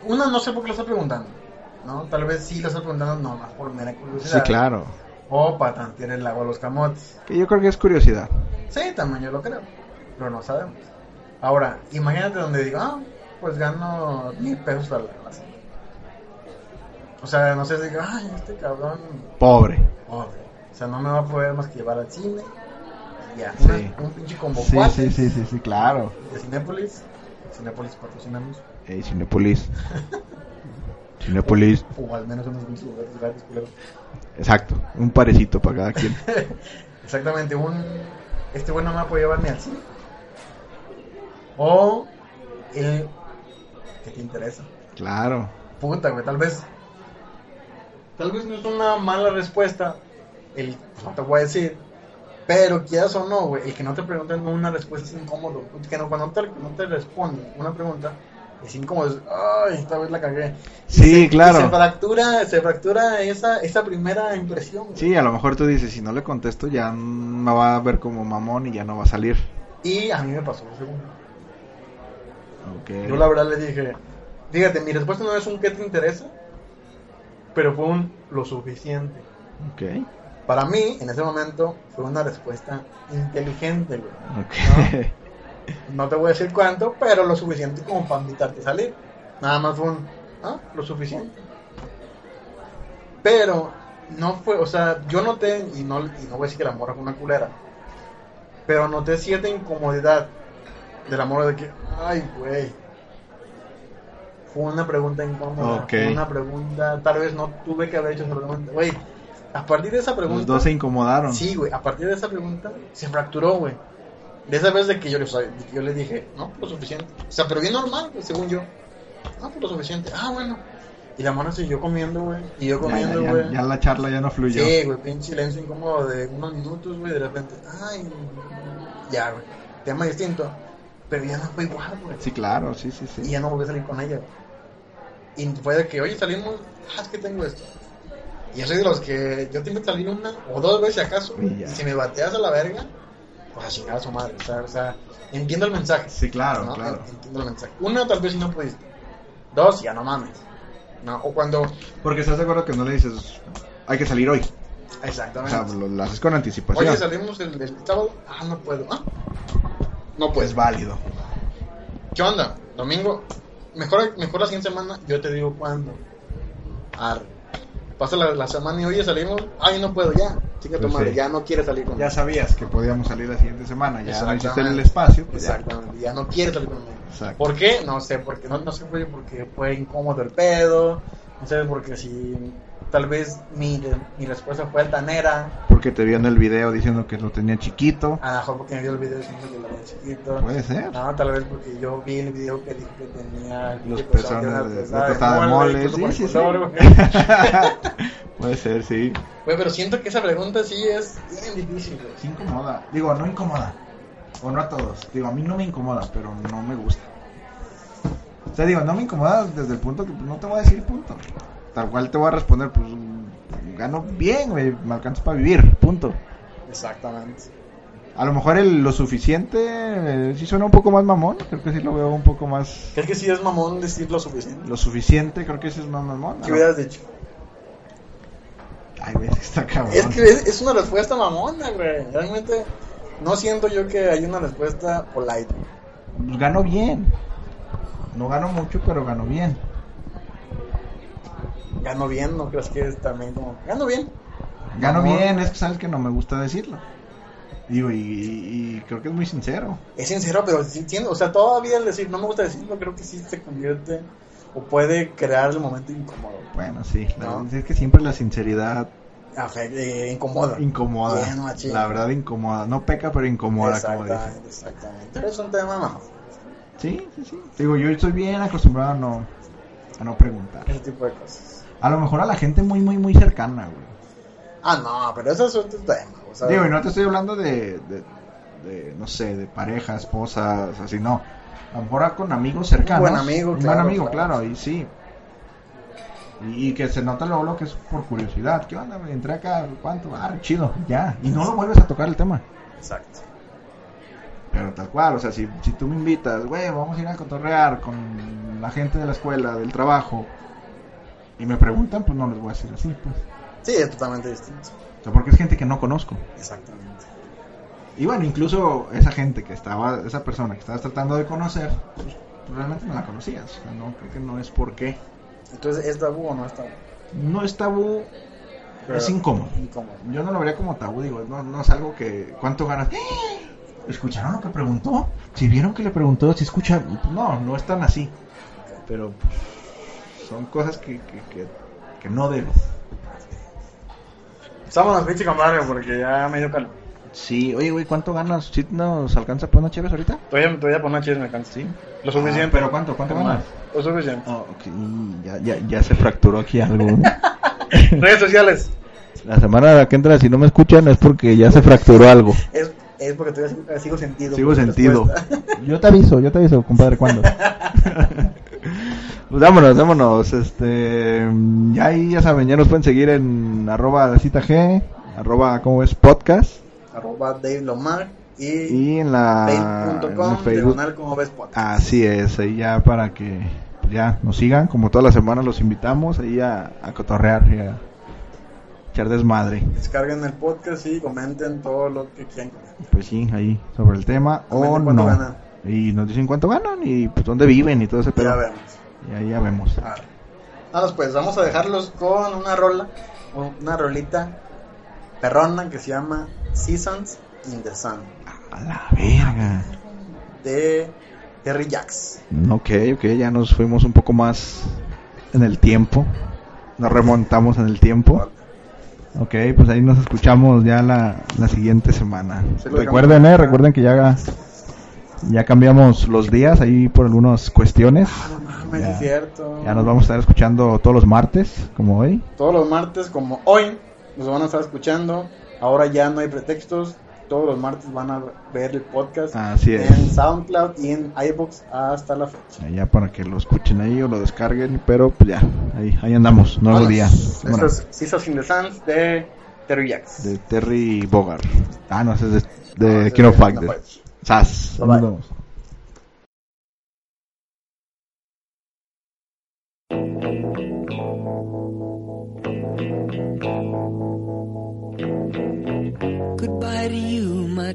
F: Una, no sé por qué lo está preguntando, ¿no? Tal vez sí lo está preguntando nomás por mera curiosidad.
A: Sí, claro.
F: O para tantear el agua a los camotes.
A: Que yo creo que es curiosidad.
F: Sí, también yo lo creo, pero no sabemos. Ahora, imagínate donde digo, ah, pues gano mil pesos al la semana. O sea, no sé si digo, ay, este cabrón,
A: Pobre.
F: pobre. O sea, no me va a poder más que llevar al cine. Y ya,
A: Sí.
F: un pinche combo
A: Sí,
F: cuates
A: sí, sí, sí, sí, claro.
F: de Cinépolis. Cinépolis patrocinamos.
A: Ey,
F: [laughs]
A: Cinepolis. Cinepolis.
F: O al menos unos pinches lugares gratis, culero.
A: Exacto. Un parecito para cada
F: [laughs]
A: quien.
F: Exactamente, un. Este güey no me ha podido llevar ni al cine. O el. que te interesa?
A: Claro.
F: Puta, güey, tal vez. Tal vez no es una mala respuesta. El. pues, No te voy a decir. Pero quieras o no, güey, el que no te pregunten una respuesta es incómodo. Que no, cuando no te, no te responden una pregunta, es incómodo. es, Ay, esta vez la cagué.
A: Sí,
F: Se
A: claro.
F: fractura, se fractura esa, esa primera impresión. güey.
A: Sí, a lo mejor tú dices, si no le contesto ya me va a ver como mamón y ya no va a salir.
F: Y a mí me pasó un segundo.
A: Ok.
F: Yo la verdad le dije, fíjate, mi respuesta no es un qué te interesa, pero fue un lo suficiente.
A: Ok.
F: Para mí, en ese momento, fue una respuesta inteligente, güey.
A: Ok.
F: Ah, No te voy a decir cuánto, pero lo suficiente como para invitarte a salir. Nada más fue un, ah, lo suficiente. Pero no fue, o sea, yo noté, y no, y no voy a decir que la morra fue una culera, pero noté cierta incomodidad de la morra de que, ay, güey. Fue una pregunta incómoda,
A: Ok.
F: fue una pregunta, tal vez no tuve que haber hecho esa pregunta. Güey, a partir de esa
A: [laughs]
F: pregunta...
A: Los dos se incomodaron.
F: Sí, güey, a partir de esa pregunta se fracturó, güey. De esa vez de que yo le, de que yo le dije, no, pues lo suficiente. O sea, pero bien normal, güey, según yo. No, pues lo suficiente. Ah, bueno. Y la mano siguió comiendo, güey. Y yo
A: Ya, ya,
F: comiendo,
A: ya-
F: güey.
A: ya la charla ya no fluyó.
F: Sí, güey, pinche silencio incómodo de unos minutos, güey, de repente. Ay, ya, güey. Tema distinto. Pero ya no fue igual, güey.
A: Sí, claro, sí, sí,
F: Y
A: sí.
F: ya no volví a salir con ella, güey. Y fue de que, oye, salimos. Ah, es que tengo esto. Y yo soy de los que yo tengo que salir una o dos veces si acaso.
A: Y
F: güey.
A: ya.
F: Y si me bateas a la verga, pues a chingar a su madre. O sea, o sea, entiendo el mensaje.
A: Sí, claro,
F: ¿no? eh,
A: claro.
F: Entiendo el mensaje. Una, tal vez si no pudiste. Dos, ya no mames. No, o cuando.
A: Porque estás de acuerdo que no le dices, hay que salir hoy. O sea,
F: Exactamente.
A: lo, lo haces con anticipación.
F: Oye, salimos el, el sábado. Ah, no puedo. Ah, no
A: Pues
F: puedes.
A: válido.
F: ¿Qué onda? Domingo. Mejor, mejor la siguiente semana. Yo te digo cuándo. Arre. Pasa la, la semana y oye, salimos. Ay, no puedo ya. Chica, tu
A: Pues
F: madre,
A: sí.
F: ya no quiere salir conmigo.
A: Ya sabías que podíamos salir la siguiente semana. Ya no hiciste
F: Exactamente.
A: el espacio. pues ya.
F: Exactamente. Ya no quiere salir conmigo.
A: Exacto.
F: ¿Por qué? No sé, porque no, no sé güey, porque fue incómodo el pedo. No sé, porque si tal vez mi, mi respuesta fue altanera.
A: Porque te vio en el video diciendo que lo tenía chiquito.
F: A lo mejor porque me vio el video diciendo que lo había chiquito.
A: Puede ser.
F: No, tal vez porque yo vi el video que dijo que tenía
A: Los
F: que pesaba
A: pezones
F: una
A: de-
F: pesada
A: la tostada de mole, sí,
F: incluso por el
A: sí, sí.
F: color, güey.
A: [laughs]
F: [laughs]
A: Puede ser, sí.
F: Güey, pero siento que esa pregunta sí es bien difícil, güey.
A: Sí incomoda. Digo, no incomoda. O no a todos. Digo, a mí no me incomoda, pero no me gusta. O sea, digo, no me incomoda desde el punto que pues, no te voy a decir punto. Tal cual te voy a responder, pues gano bien, güey, me alcanza para vivir, punto.
F: Exactamente.
A: A lo mejor el, lo suficiente eh, sí suena un poco más mamón. Creo que sí lo veo un poco más.
F: ¿Crees que sí es mamón decir lo suficiente?
A: Lo suficiente, creo que sí es más mamón.
F: ¿Qué hubieras dicho?
A: Ay, ves, está cabrón.
F: Es que es, es una respuesta mamona, güey. Realmente no siento yo que hay una respuesta polite.
A: Pues gano bien. No gano mucho, pero gano bien.
F: Gano bien, ¿no crees que es también como... Gano bien.
A: Gano
F: Mamón.
A: bien, es que sabes que no me gusta decirlo. Digo, y, y- y creo que es muy sincero.
F: Es sincero, pero sí entiendo. O sea, todavía el decir no me gusta decirlo, creo que sí se convierte o puede crear el momento incómodo.
A: Bueno, sí. La
F: No.
A: verdad es que siempre la sinceridad
F: Afecta, eh, incomoda.
A: incomoda.
F: Bien, machín.
A: la verdad incomoda. No peca, pero incomoda, como dicen.
F: exactamente, exactamente. Pero es un tema mamón.
A: Sí, sí, sí. Digo, yo estoy bien acostumbrado a no, a no preguntar.
F: Ese tipo de cosas.
A: A lo mejor a la gente muy, muy, muy cercana, güey.
F: Ah, no, pero eso es otro tema. O sea,
A: Digo, y no te estoy hablando de, de, de, no sé, de pareja, esposas, así, no. A lo mejor a- con amigos cercanos.
F: Un buen amigo,
A: Un
F: claro,
A: buen amigo,
F: claro.
A: claro, y sí. Y, y que se nota luego lo que es por curiosidad. ¿Qué onda? Me entré acá, ¿cuánto? Ah, chido, ya. Y no lo vuelves a tocar el tema.
F: Exacto.
A: Pero tal cual, o sea, si, si tú me invitas, güey, vamos a ir a cotorrear con la gente de la escuela, del trabajo, y me preguntan, pues no les voy a decir así, pues.
F: Sí, es totalmente distinto.
A: O sea, porque es gente que no conozco.
F: Exactamente.
A: Y bueno, incluso esa gente que estaba, esa persona que estabas tratando de conocer, pues, realmente no la conocías. O sea, no, creo que no es por qué.
F: Entonces, ¿es tabú o no es tabú?
A: No es tabú,
F: Pero-
A: es incómodo.
F: Incómodo.
A: Yo no lo vería como tabú, digo, no, no es algo que... ¿Cuánto ganas? [gasps] ¡Eh! ¿Escucharon lo que preguntó? Si vieron que le preguntó, si escucha... No, no es tan así. Pero pues, son cosas que, que, que, que no debes.
F: Estamos en la pinche compadre porque ya me dio calor.
A: Sí, oye, güey, ¿cuánto ganas? ¿Sí nos alcanza a poner chéves ahorita?
F: Todavía, todavía por una chis me canso. Sí. Lo
A: Ah,
F: suficiente.
A: pero ¿cuánto? ¿Cuánto ganas? [laughs]
F: Lo suficiente.
A: Oh, ok, ya, ya, ya se fracturó aquí algo. [laughs] güey.
F: Redes sociales.
A: La semana que entra, si no me escuchan, es porque ya se fracturó algo.
F: Es, es porque todavía sigo, eh, sigo sentido.
A: Sigo
F: por tu
A: sentido. [laughs]
F: respuesta.
A: Yo te aviso, yo te aviso, compadre, ¿cuándo? [laughs] Pues vámonos, vámonos. Este, ya ahí ya saben, ya nos pueden seguir en arroba la cita G, arroba como es podcast
F: Arroba Dave Lomar y,
A: y en la, en Ah. la
F: Facebook.com diagonal como ves podcast.
A: Así es, ahí ya para que pues ya nos sigan, como todas las semanas los invitamos ahí a, a cotorrear y a echar desmadre.
F: Descarguen el podcast y comenten todo lo que quieran comentar.
A: Pues sí, ahí sobre el tema o
F: Comenten
A: no.
F: cuánto ganan.
A: Y nos dicen cuánto ganan y pues, dónde viven y todo ese
F: Ya
A: pedo.
F: vemos. Ah.
A: Y ahí ya vemos.
F: Arre. Vamos pues, vamos a dejarlos con una rola, una rolita perrona que se llama Seasons in the Sun
A: A la verga.
F: de Terry Jacks.
A: Ok, ok, ya nos fuimos un poco más en el tiempo. Nos remontamos en el tiempo. Ok, pues ahí nos escuchamos ya la, la siguiente semana.
F: Sí, lo
A: Recuerden, eh, recuerden que ya, ya cambiamos los días ahí por algunas cuestiones.
F: Ah, No mames,
A: Ya.
F: es cierto.
A: Ya nos vamos a estar escuchando todos los martes, como hoy.
F: Todos los martes, como hoy, nos van a estar escuchando. Ahora ya no hay pretextos. Todos los martes van a ver el podcast
A: Así es.
F: en SoundCloud y en iBox hasta la fecha.
A: Ya para que lo escuchen ahí o lo descarguen, pero pues ya, ahí, ahí andamos, nuevo
F: Vámonos.
A: día.
F: Esto
A: Vámonos.
F: Ah, es Seasons in the Sun de Terry Jacks.
A: De Terry Bogard. Ah, no, ese es de, de
F: De-
A: King of Fight,
F: de-
A: de- Sas.
F: Bye-bye.
A: Nos vemos.
C: Goodbye to you, my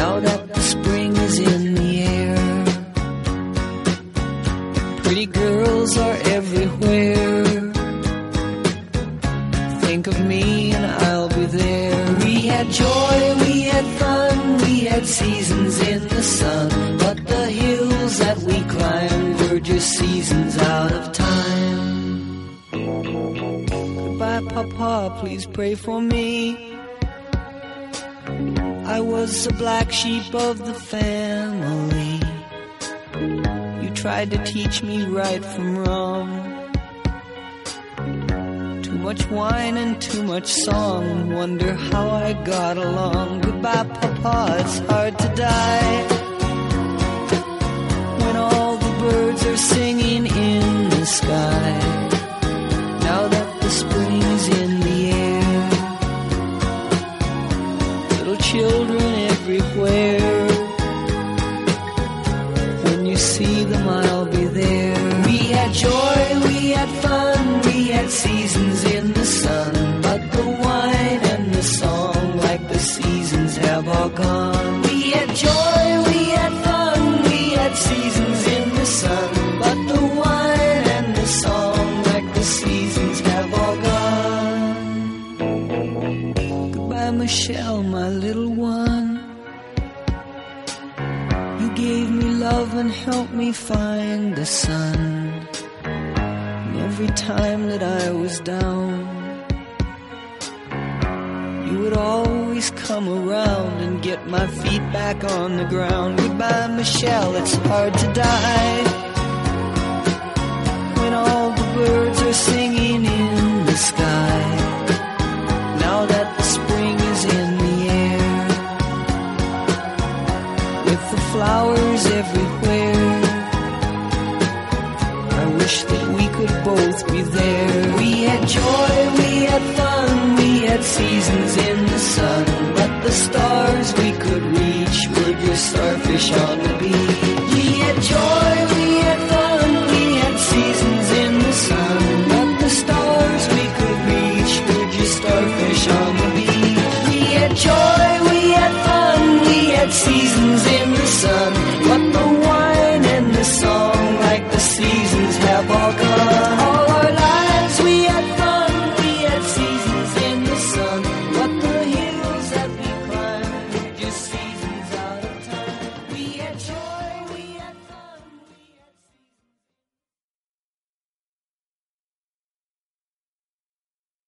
C: Now that the spring is in the air, pretty girls are everywhere. Think of me and I'll be there. We had joy, we had fun, we had seasons in the sun. But the hills that we climbed were just seasons out of time. Goodbye, Papa, please pray for me. I was the black sheep of the family. You tried to teach me right from wrong. Too much wine and too much song. Wonder how I got along. Goodbye, Papa, it's hard to die. When all the birds are singing in the sky. Now that the spring is in the air. Little children everywhere. When you see them, I'll be there. We had joy, we had fun, we had seasons in the sun. But the wine and the song, like the seasons, have all gone. We had joy, we had fun, we had seasons in the sun. But the wine and the song, like the seasons, have all gone. Goodbye, Michelle, my little one. You gave me love and helped me find the sun. And every time that I was down, you would always come around and get my feet back on the ground. Goodbye, Michelle, it's hard to die. When all the birds are singing in the sky. Now that the spring is in the air with the flowers everywhere. I wish that we could both be there. We had joy, we had fun, we had seasons in the sun, but the stars we could reach were just starfish on the beach. We had joy, we had fun, we had seasons in the sun, but the stars we could reach were just starfish on the beach. We had joy, we had fun, we had seasons in the sun, but the wine and the song, like the seasons, have all gone.